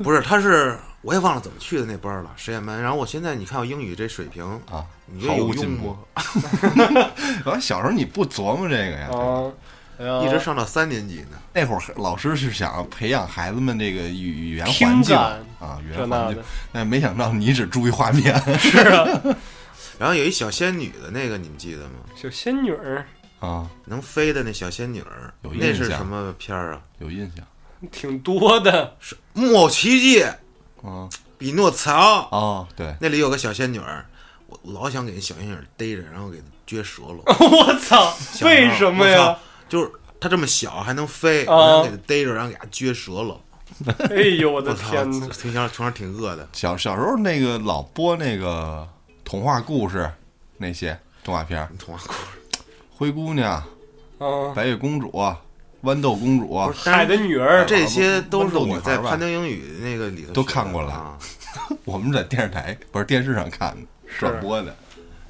A: 不是，他是我也忘了怎么去的那班儿了，实验班。然后我现在你看我英语这水平，
C: 啊，
A: 你觉
C: 毫
A: 得有
C: 无
A: 用
C: 进步
A: 吗。？
C: 我小时候你不琢磨这个呀？
B: 啊，哎呀
A: 一直上到三年级呢，
C: 那会儿老师是想培养孩子们这个语语言
B: 听
C: 环境
B: 感
C: 啊，语
B: 这
C: 言
B: 那
C: 环
B: 的
C: 境，，但没想到你只注意画面 [laughs]
B: 是啊，
A: 然后有一小仙女的那个，你们记得吗？
B: 小仙女儿
C: 啊，
A: 能飞的那小仙女儿，
C: 有
A: 那
C: 印
A: 是
C: 象
A: 什么片儿啊？
C: 有印象
B: 挺多 [laughs] 的。
A: 《木偶奇迹》《
C: 啊
A: 匹诺曹》
C: 啊，对，
A: 那里有个小仙女儿，我老想给那小仙女儿逮着，然后给她撅折了。
B: 我操，
A: 小时候
B: 为什么？
A: 我
B: 呀
A: 操？就是她这么小还能飞，
B: 啊
A: 我想给她逮着，然后给她撅折了。
B: 哎呦，我
A: 我
B: 的
A: 操
B: 天，哪！
A: 挺想从小挺饿的。
C: 小小时候那个老播那个童话故事那些动画片儿，
A: 童话故事，
C: 灰姑娘、
B: 啊，
C: 白雪公主、豌豆公主，
B: 海的女
C: 啊
B: 儿，
A: 这些都是
C: 豌豆女
A: 我
C: 孩
A: 在
C: 吧
A: 潘丁英语那个里头
C: 都
A: 学的
C: 看过了
A: 啊。
C: 我们在电视台不是电视上看的，转播的。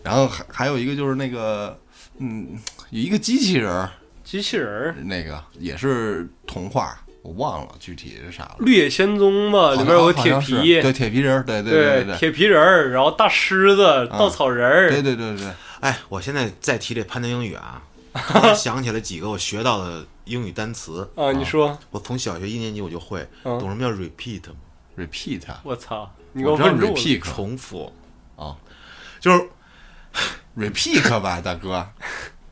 C: 然后还还有一个就是那个，嗯，有一个机器人儿，
B: 机器人儿，
C: 那个也是童话，我忘了具体是啥了。
B: 《绿野仙踪》嘛，里面有个铁
C: 好像是
B: 皮，
C: 对铁皮人儿，对对对对
B: 铁皮人儿，然后大狮子、稻草人儿，
C: 对对对对，
A: 哎，我现在再提这潘丁英语
B: [laughs]
A: 啊，突然想起了几个我学到的英语单词。
B: 啊，你说，
A: 我从小学一年级我就会，
B: 嗯
A: 懂什么叫 repeat 吗？
C: repeat，
B: 我操，你给
C: 我知道
B: 问住了，
C: repeat
A: 重复
C: 啊
A: 就是
C: ，repeat 吧，大哥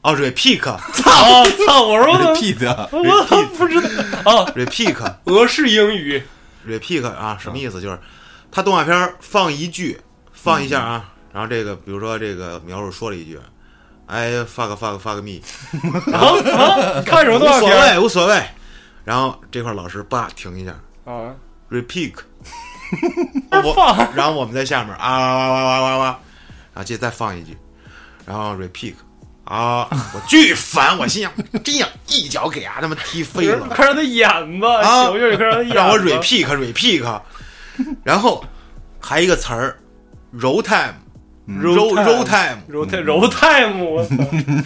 A: 哦 repeat
B: 操啊操，我说我
C: ，repeat，
B: 我我不知道啊，
A: repeat
B: 俄式英语
A: repeat 啊，什么意思？就是他动画片儿放一句，放一下啊，
B: 嗯
A: 然后这个比如说这个描述说了一句，哎 fuck fuck fuck
B: [laughs]
A: me，
B: 啊 [laughs] 啊，看什么
A: 无
B: 动画
A: 所
B: 片儿
A: 谓无所谓，然后这块儿老师叭停一下
B: 啊？ [laughs]
A: repeat，
B: 放
A: 我然后我们在下面啊哇哇哇哇哇，然后接着再放一句，然后 repeat。啊！我巨烦，我心想，真想一脚给他他妈踢飞了。
B: 快让他演吧，
A: 啊
B: 小月，快让他演吧，
A: 让我 repeat repeat，然后还一个词儿，roll time roll roll time
B: 揉太揉
A: [laughs]
B: 太母，我操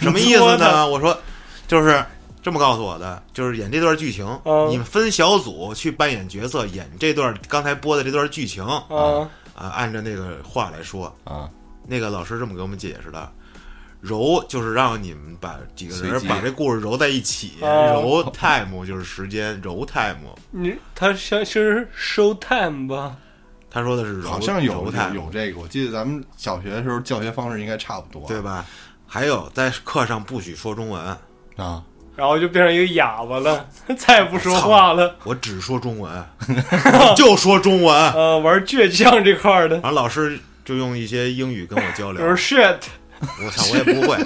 A: 什么意思
B: 说呢
A: 呢？我嗯说就是这么告诉我的，就是演这段剧情，
B: 嗯
A: 你们分小组去扮演角色，演这段刚才播的这段剧情啊，
B: 啊，
A: 按照那个话来说，
C: 啊，
A: 那个老师这么给我们解释的。揉就是让你们把几个
C: 随
A: 人
C: 机
A: 把这故事揉在一起，
B: 哦
A: 揉 time 就是时间，揉 time。
B: 你他像是 show time 吧？
A: 他说的是揉，
C: 好像有
A: 揉 time
C: 有这个，我记得咱们小学的时候教学方式应该差不多，
A: 对吧？还有在课上不许说中文，
C: 啊，
B: 然后就变成一个哑巴了，再也不说话了。
A: 我只说中
B: [laughs]
A: 文，就说中文。然
B: 呃，玩倔强这块儿的，
A: 后老师就用一些英语跟我交
B: 就
A: 流，
B: 是 shit，
A: 我操，我也不会。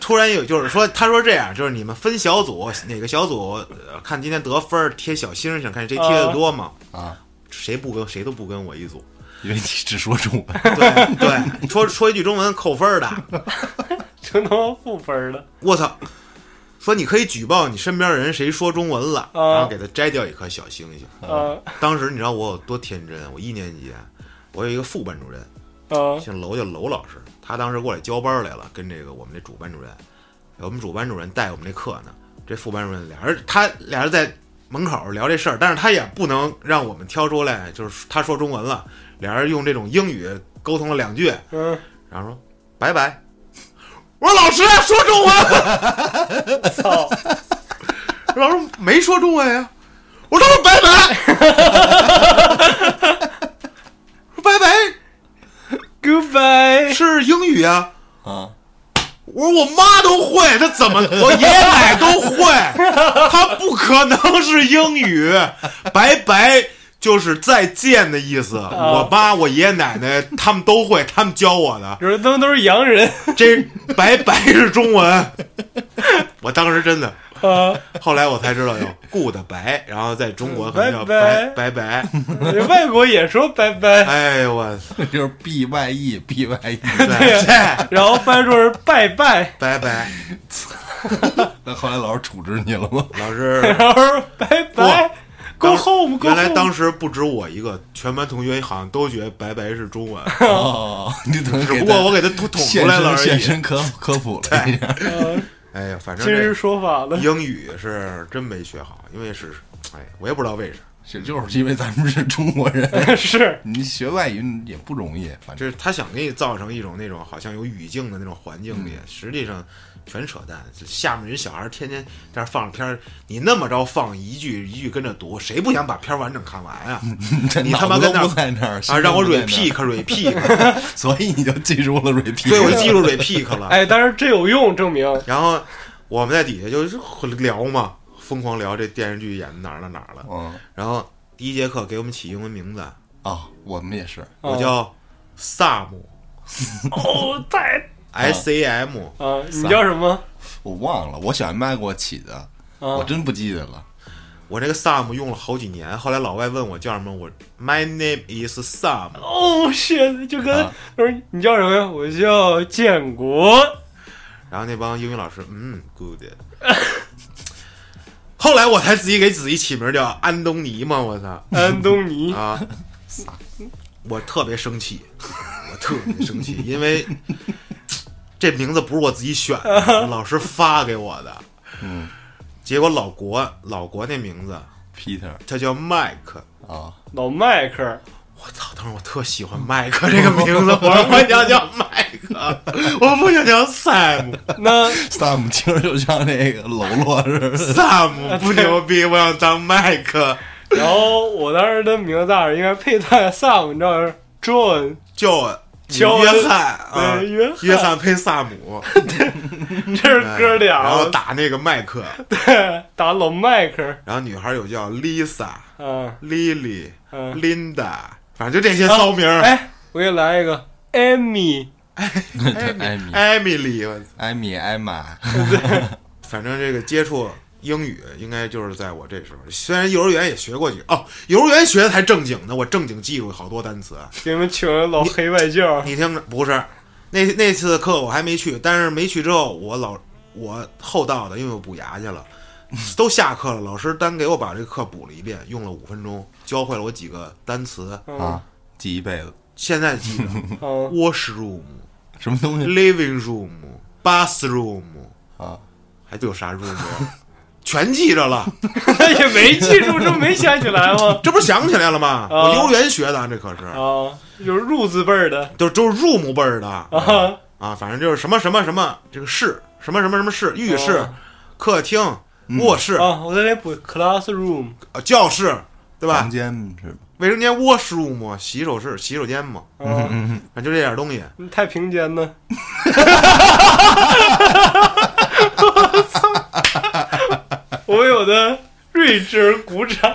A: 突然有就是说，他说这样，就是你们分小组，哪个小组、呃看今天得分儿贴小星星，看谁贴的多嘛。
C: 啊，
A: 谁不跟谁都不跟我一组，
C: 因为你只说中文，
A: 对对，说说一句中文扣分儿的，
B: 成他妈负分了。
A: 我操！说你可以举报你身边人谁说中文了，
B: 啊
A: 然后给他摘掉一颗小星星。
B: 啊
A: 当时你知道我有多天真？我一年级，我有一个副班主任，
B: 啊
A: 姓楼叫楼老师，他当时过来交班来了，跟这个我们这主班主任，我们主班主任带我们这课呢，这副班主任俩人他俩人在门口聊这事儿，但是他也不能让我们挑出来，就是他说中文了，俩人用这种英语沟通了两句，
B: 嗯，
A: 然后说拜拜。我说老师说中文，
B: 操！
A: 老师没说中文呀、我说拜 [laughs] 拜，说拜拜
B: Goodbye， [laughs]
A: 是英语啊。
C: 啊，
A: 我说我妈都会，她怎么我爷爷奶奶都会，她不可能是英语。拜拜就是再见的意思。我妈、我爷爷奶奶他们都会，他们教我的。
B: 有人他们都是洋人
A: 这拜拜是中文， [laughs] 我当时真的，
B: 啊！
A: 后来我才知道有 good 白，然后在中国可能叫
B: 拜
A: 拜拜拜。
B: 外国也说拜拜，
A: 哎呦我，
C: [laughs] 就是 b y e b y e，
A: 对，
B: 然后翻译说是拜拜，
A: 拜拜，
C: 那后来老师处置你
A: [laughs]
C: 了吗？
A: 老师。
C: [laughs]
B: 然后拜拜，Go
A: 当
B: home，Go
A: 原来
B: home。
A: 当时不止我一个，全班同学好像都觉得拜拜是中文，
C: [laughs] 哦，你等于
A: 只
C: 给
A: 不
C: 他
A: 过我给他捅捅
C: 现
A: 出来了而
C: 身现
A: 已。
C: 身科科普了一下，
B: 呃
A: 哎呀，反正
B: 今日
A: 这
B: 说法了，
A: 英语是真没学好，因为是，哎，我也不知道为啥，
C: 是就是因为咱们是中国人，
B: [laughs] 是
C: 你学外语也不容易，反正
A: 就是他想给你造成一种那种好像有语境的那种环境里，实际上全扯淡。下面人小孩天天在那儿放着片儿，你那么着放一句一句跟着读，谁不想把片儿完整看完呀？你他妈
C: 脑子
A: 跟
C: 都
A: 那儿
C: 不在那儿
A: [laughs] 啊，让我，
C: 心
A: repeat
C: 都
A: repeat，
C: 不在那儿所以你就记住了 repeat，
A: 对我记住 repeat 了。
B: 哎，但是这有用，证明
A: 然后我们在底下就是聊嘛，疯狂聊这电视剧演的哪儿了哪儿了。
C: 嗯
A: 然后第一节课给我们起英文名字，
C: 啊，我们也是，
A: 我叫萨姆
B: 啊哦，太
A: S A M，
B: 啊，你叫什么？
C: 我忘了，我小姨妈给我起的，
B: 啊
C: 我，真不记得了。
A: 我这个萨姆用了好几年。后来老外问我叫什么，我 My name is Sam。
B: 哦，shit，就跟
C: 啊
B: 我说你叫什么呀？我叫建
A: [laughs]
B: 国。
A: 然后那帮英语老师，嗯，good。后来我才自己给自己起名叫安东尼嘛，我操！
B: 安东尼，
A: 啊，我特别生气，我特别生气，因为这名字不是我自己选的，老师发给我的。
C: 嗯
A: 结果老国老国那名字，
C: ，Peter
A: 他叫麦克。
C: 啊，
B: 老迈克，
A: 我操！当时我特喜欢麦克这个名
B: [laughs]
A: 字，我说我想叫麦克，我不想叫 Sam。
B: [laughs]
A: [laughs]
B: 那
C: 萨 [laughs] 姆听着就像那个喽啰似的。
A: Sam 不牛逼，我想当麦克。
B: 然后我当时的名字大应该配带 Sam，你知道是 John，
A: 叫
B: [laughs] 乔
A: 约翰啊，
B: 对约翰哎
A: 约翰配萨姆，哎
B: 这是 [laughs] 哥俩。啊
A: 然后打那个麦克，
B: 对打老迈克，
A: 然后女孩有叫 Lisa、
B: 嗯
A: Lily、
B: 嗯，
A: Linda，反正就这些骚名儿。
B: 哎，我给你来一个 Amy，
C: [laughs] 艾米、
A: Emily，我操
C: 艾米、艾玛，
A: 反正这个接触英语应该就是在我这时候。虽然幼儿园也学过几哦，幼儿园学的才正经呢，我正经记住好多单词。啊
B: 给你们请了老黑外教，啊
A: 你听着，不是那那次课我还没去，但是没去之后，我老我后到的，因为我补牙去了，都下课了，老师单给我把这课补了一遍，用了五分钟，教会了我几个单词，
B: 嗯
C: 啊，记一辈子，
A: 现在记得
B: 嗯，
A: washroom、
C: 什么东
A: [laughs]
C: 西
A: living room、bathroom，
C: 啊？
A: 还有啥 room 啊全记着了，
B: [laughs] 那也没记住，这没想起来吗？
A: 这不是想起来了吗？
B: 啊
A: 我幼儿园学的，这可是
B: 啊，就是入字辈儿的
A: 都都是 room 辈儿的
B: 啊，
A: 啊，反正就是什么什么什么这个室，什么什么什么室，浴室、
B: 哦
A: 客厅、卧室、
B: 啊，我在那补 classroom，
A: 呃教室，对吧
C: 房？间是吧？
A: 卫生间 washroom 洗手室、洗手间嘛，
B: 啊，
C: 嗯，
A: 反正就这点东西。
B: 太平间呢，我操，我有的睿智而鼓掌，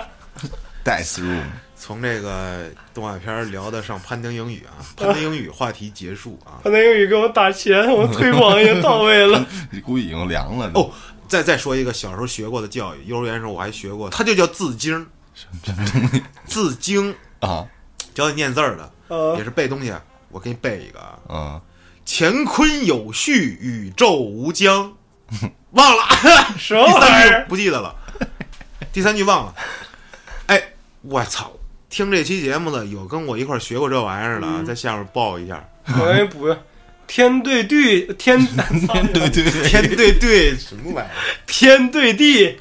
C: ，dice room
A: 从这个动画片儿聊的上潘丁英语啊，潘丁英语话题结束啊。
B: 他那英语给我打钱，我推广也到位了，
C: 你估计已经凉了呢。
A: 哦，再再说一个小时候学过的教育，幼儿园时候我还学过，它就叫字经儿，字经
C: [laughs] 啊
A: 教你念字儿的，
C: [laughs]
B: 啊
A: 也是背东西。我给你背一个啊，
C: 啊，
A: 乾坤有序，宇宙无疆，忘了。
B: 什么
A: 第三
B: 玩意
A: 句
B: 儿？
A: 不记得了，第三句忘了。哎，我操！听这期节目的有跟我一块儿学过这玩意儿的啊，在下面报一下。
B: 我也补，天对地，
C: [laughs]
B: 天天
C: 对对对，
A: 天对对，什么玩意儿？
B: 天对地，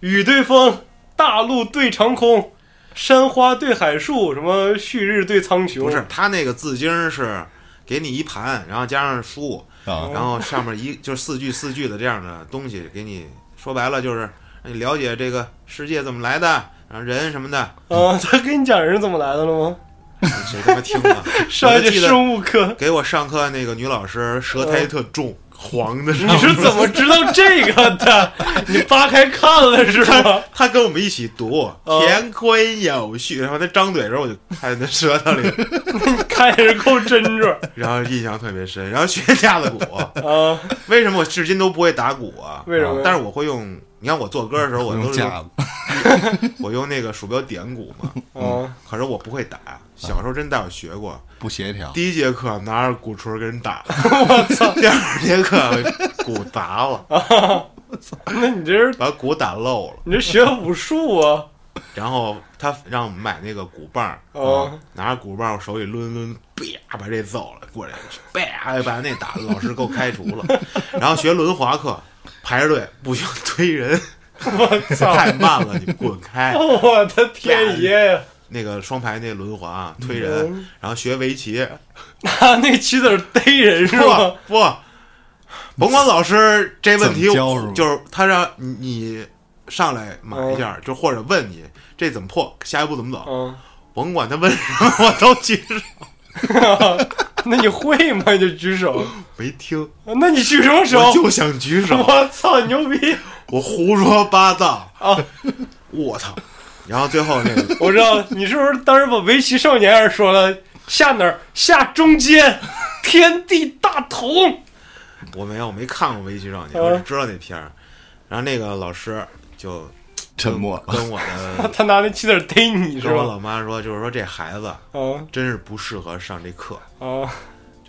B: 雨对风，大陆对长空，山花对海树，什么旭日对苍穹，
A: 不是，他那个字经儿是给你一盘，然后加上书，
C: 啊，
A: 然后上面一就是四句四句的这样的东西，给你说白了就是让你了解这个世界怎么来的，然后人什么的，
B: 啊， [laughs] 他跟你讲人是怎么来的了吗？
A: 谁他妈听啊？
B: 上
A: 我
B: 一
A: 就
B: 节
A: 记得
B: 生物课，
A: 给我上课那个女老师舌苔特重，黄的上
B: 你
A: 面。
B: 是怎么知道这个
A: [laughs]
B: 的？你扒开看了是吧？
A: 他跟我们一起读“
B: 哦
A: 乾坤有序”，然后他张嘴的时候我就看他舌头里，
B: 看也是够真准
A: 然后印象特别深。然后学架子鼓，
B: 啊！
A: 为什么我至今都不会打鼓啊？
B: 为什么呀
A: 但是我会用，你看我做歌的时候，我都
C: 用
A: 是
C: 架
A: 用
C: 子
A: 我用那个鼠标点鼓嘛，
B: 啊，
A: 可是我不会打。小时候真带我学过，
C: 不协调，
A: 第一节课拿着鼓槌跟人打，我操！第二节课鼓砸了，
B: 那你这是
A: 把鼓打漏了。
B: 你这学武术啊？ [laughs]
A: 然后他让我们买那个鼓棒儿，嗯
B: 哦
A: 拿着鼓棒儿手里抡抡，啪把这揍了过来，啪把那打，老师给我开除了。然后学轮滑课，排着队不行推人，
B: [laughs] 我操！
A: 太慢了，你滚开。
B: 我的天爷呀！
A: 那个双排那轮滑啊推人，然后学围
B: [laughs]
A: 棋，
B: 拿那棋子儿逮人是
A: 不
B: 吧？
A: 不，甭管老师这问题
C: 怎么教是吗，
A: 就是他让你你上来码一下，就或者问你这怎么破，下一步怎么走，
B: 嗯，
A: 甭管他问什么，我都去。
B: 啊 [laughs] 那你会吗？就举手。啊
A: 没听，
B: 那你举什么手？
A: 我就想举手，
B: 我操，牛逼！
A: 我胡说八道
B: 啊！
A: 我操！然后最后那个，
B: 我知道你是不是当时把围棋少年二说了下哪儿下中间，天地大同。
A: 我没有我没看过《围棋少年》，
B: 嗯
A: 我只知道那片儿。然后那个老师就
C: 沉默了。
A: 跟我的
B: 他拿那棋子儿逮 [laughs] 你是
A: 跟我
B: 吧？
A: 老妈说，就是说这孩子
B: 啊
A: 真是不适合上这课，
B: 啊！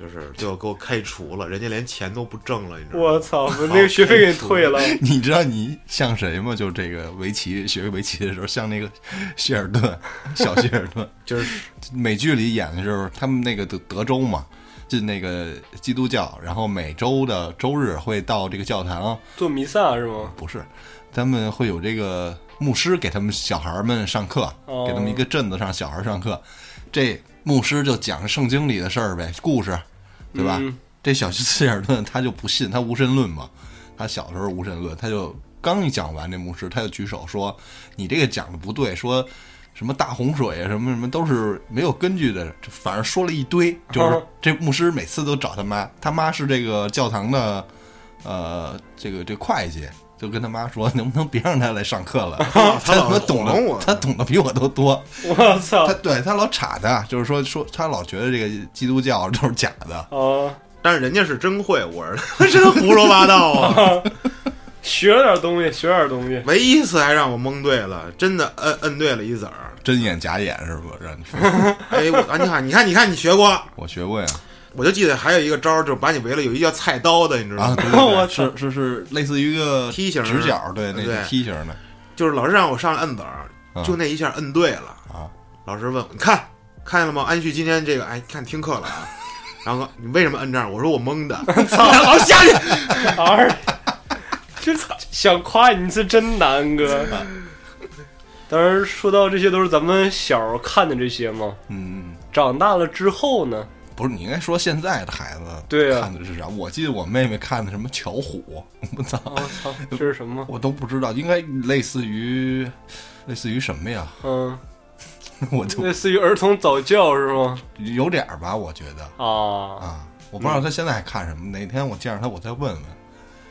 A: 就是最后给我开除了，人家连钱都不挣了，你知道吗？
B: 我操，我那个学费给你退了。
C: [laughs] 你知道你像谁吗？就这个围棋学围棋的时候，像那个谢尔顿，小谢尔顿，
A: 就是
C: 美剧里演的时候，他们那个德德州嘛，就那个基督教，然后每周的周日会到这个教堂，
B: [laughs] 做弥撒是吗？
C: 不是，他们会有这个牧师给他们小孩儿们上课，
B: 哦
C: 给他们一个镇子上小孩儿上课，这牧师就讲圣经里的事儿呗，故事，对吧？
B: 嗯
C: 这小斯尔顿他就不信，他无神论嘛，他小时候无神论，他就刚一讲完，这牧师他就举手说：“你这个讲的不对，说。”什么大洪水啊，什么什么都是没有根据的，就反正说了一堆。就是
B: 哦
C: 这牧师每次都找他妈，他妈是这个教堂的呃，这个这会计就跟他妈说，能不能别让他来上课了？ [laughs] 他
A: 哦老
C: 他妈懂
A: 糊弄我哦
C: 得，他懂得比我都多。
B: 我操
C: 他！对他老插他，就是说说他老觉得这个基督教都是假的。
B: 啊，
A: 但是人家是真会，我是 [laughs] 真胡说八道啊！
B: [laughs] 学了点东西，学了点东 [laughs] 西。
A: 唯一一次还让我蒙对了，真的摁摁对了一子儿。
C: 真眼假眼是不是？让你说，
A: 哎，我啊，你看，你看，你看，你学过？
C: 我学过呀。
A: 我就记得还有一个招儿，就是把你围了，有一叫菜刀的，你知道
C: [laughs] 啊，
A: 吗？
C: 对 [laughs] 对对
B: 我
C: 是
B: 操
C: 是是，类似于一个
A: 梯形儿
C: 直角，对，那
A: 对
C: 是梯形的。
A: 就是老师让我上来摁子儿，
C: 嗯
A: 就那一下摁对了
C: 啊。
A: 老师问我，你看看见了吗？安旭今天这个，哎，看听课了啊。然后说你为什么摁这儿？我说我蒙的。
B: [laughs]
A: 操，老师下去。
B: 儿，这想夸你是真难 [laughs] 哥。当然，说到这些都是咱们小时候看的这些嘛。
C: 嗯，
B: 长大了之后呢，
C: 不是，你应该说现在的孩子
B: 对啊
C: 看的是啥？我记得我妹妹看的什么巧虎， [laughs] 我操，
B: 我哦操， [laughs] 这是什么？
C: 我都不知道，应该类似于类似于什么呀？ [laughs]
B: [laughs] 嗯，
C: 我就
B: 类似于儿童早教是吗？
C: 有点儿吧，我觉得
B: 啊，
C: 啊，我不知道他现在还看什么。哪天我见着他，我再问问。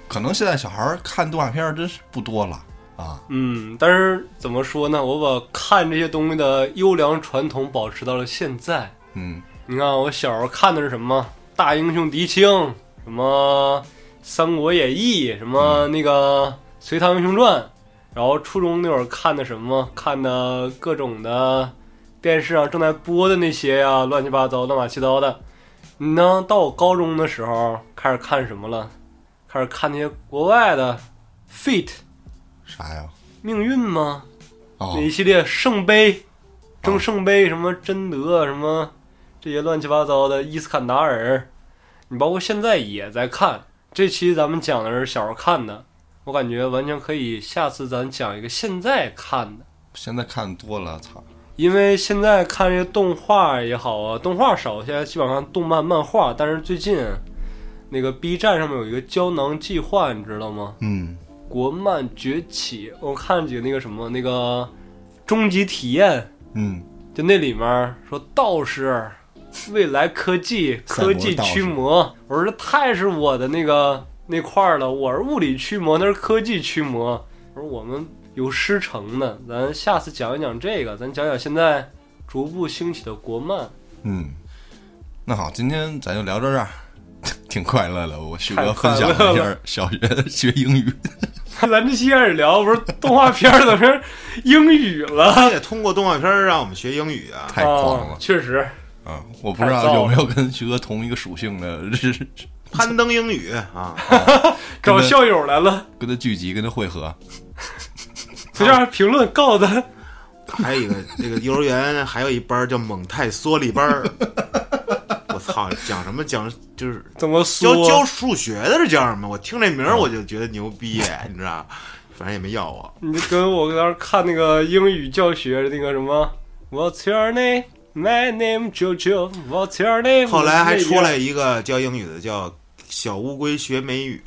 C: 可能现在小孩儿看动画片儿真是不多了啊。
B: 嗯，但是怎么说呢？我把看这些东西的优良传统保持到了现在。
C: 嗯，
B: 你看我小时候看的是什么？《大英雄狄青》，什么《三国演义》，什么那个《隋唐英雄传》。然后初中那会儿看的什么？看的各种的电视上正在播的那些呀、乱七八糟、乱七八糟的。你呢？到我高中的时候开始看什么了？开始看那些国外的《Fate》
C: 啥呀？
B: 命运吗？
C: 哦
B: 那，一系列圣杯、争圣杯，什么贞德，什么这些乱七八糟的伊斯坎达尔，你包括现在也在看。这期咱们讲的是小时候看的，我感觉完全可以下次咱讲一个现在看的，
C: 现在看多了，操。
B: 因为现在看这些动画也好啊，动画少，现在基本上动漫、漫画，但是最近那个 B 站上面有一个胶囊计划，你知道吗？
C: 嗯，
B: 国漫崛起，我看几个那个什么那个终极体验。
C: 嗯，
B: 就那里面儿说道士，未来科技，
C: 赛博
B: 科技驱魔。我说这太是我的那个那块儿了，我是物理驱魔，那是科技驱魔。我说我们有师承呢，咱下次讲一讲这个，咱讲讲现在逐步兴起的国漫。 [laughs]
C: 嗯，那好，今天咱就聊到这儿， [laughs] 挺快乐的。我旭哥
B: 太快
C: 分享
B: 乐
C: 了一
B: 了
C: 下小学学英语，
B: 咱这期开始聊，不是动画片儿，怎么是英语了？
A: 他也通过动画片儿让我们学英语啊。
C: 太狂
B: 啊
C: 了。
B: 确实，
C: 啊！我不
B: 太
C: 知道
B: 燥
C: 有没
B: 了
C: 有跟旭哥同一个属性的，
A: 攀登英语啊，
B: 找
C: 真的
B: 校友来了，
C: [laughs] 跟他聚集，跟他会合。
B: 这样评论告诉他，
A: 还有一个那个幼儿园还有一班儿叫蒙泰梭利班儿。我操，讲什么讲就是
B: 怎么
A: 教
B: 说？
A: 教数学的是叫什么？我听这名儿我就觉得牛逼，你知道？反正也没要我。
B: 你就跟我当时看那个英语教学那个什么，What's your name? My name JoJo. What's your name?
A: 后来还出来一个教英语的，叫小乌龟学美语。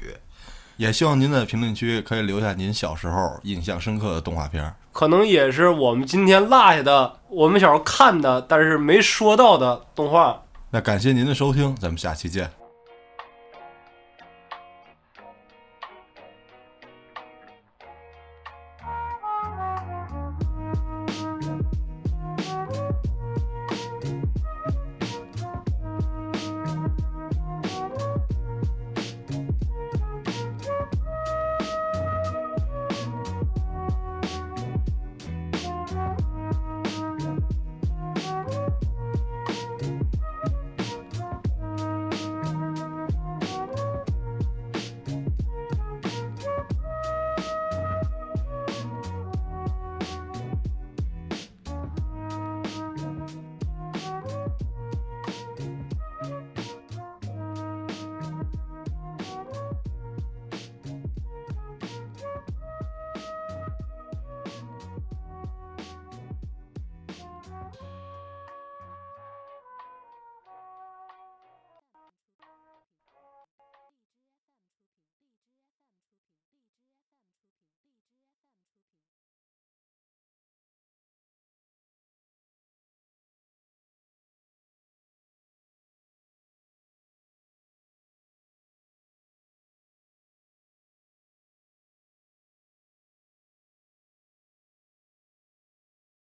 C: 也希望您在评论区可以留下您小时候印象深刻的动画片儿。
B: 可能也是我们今天落下的，我们小时候看的，但是没说到的动画。
C: 那感谢您的收听，咱们下期见。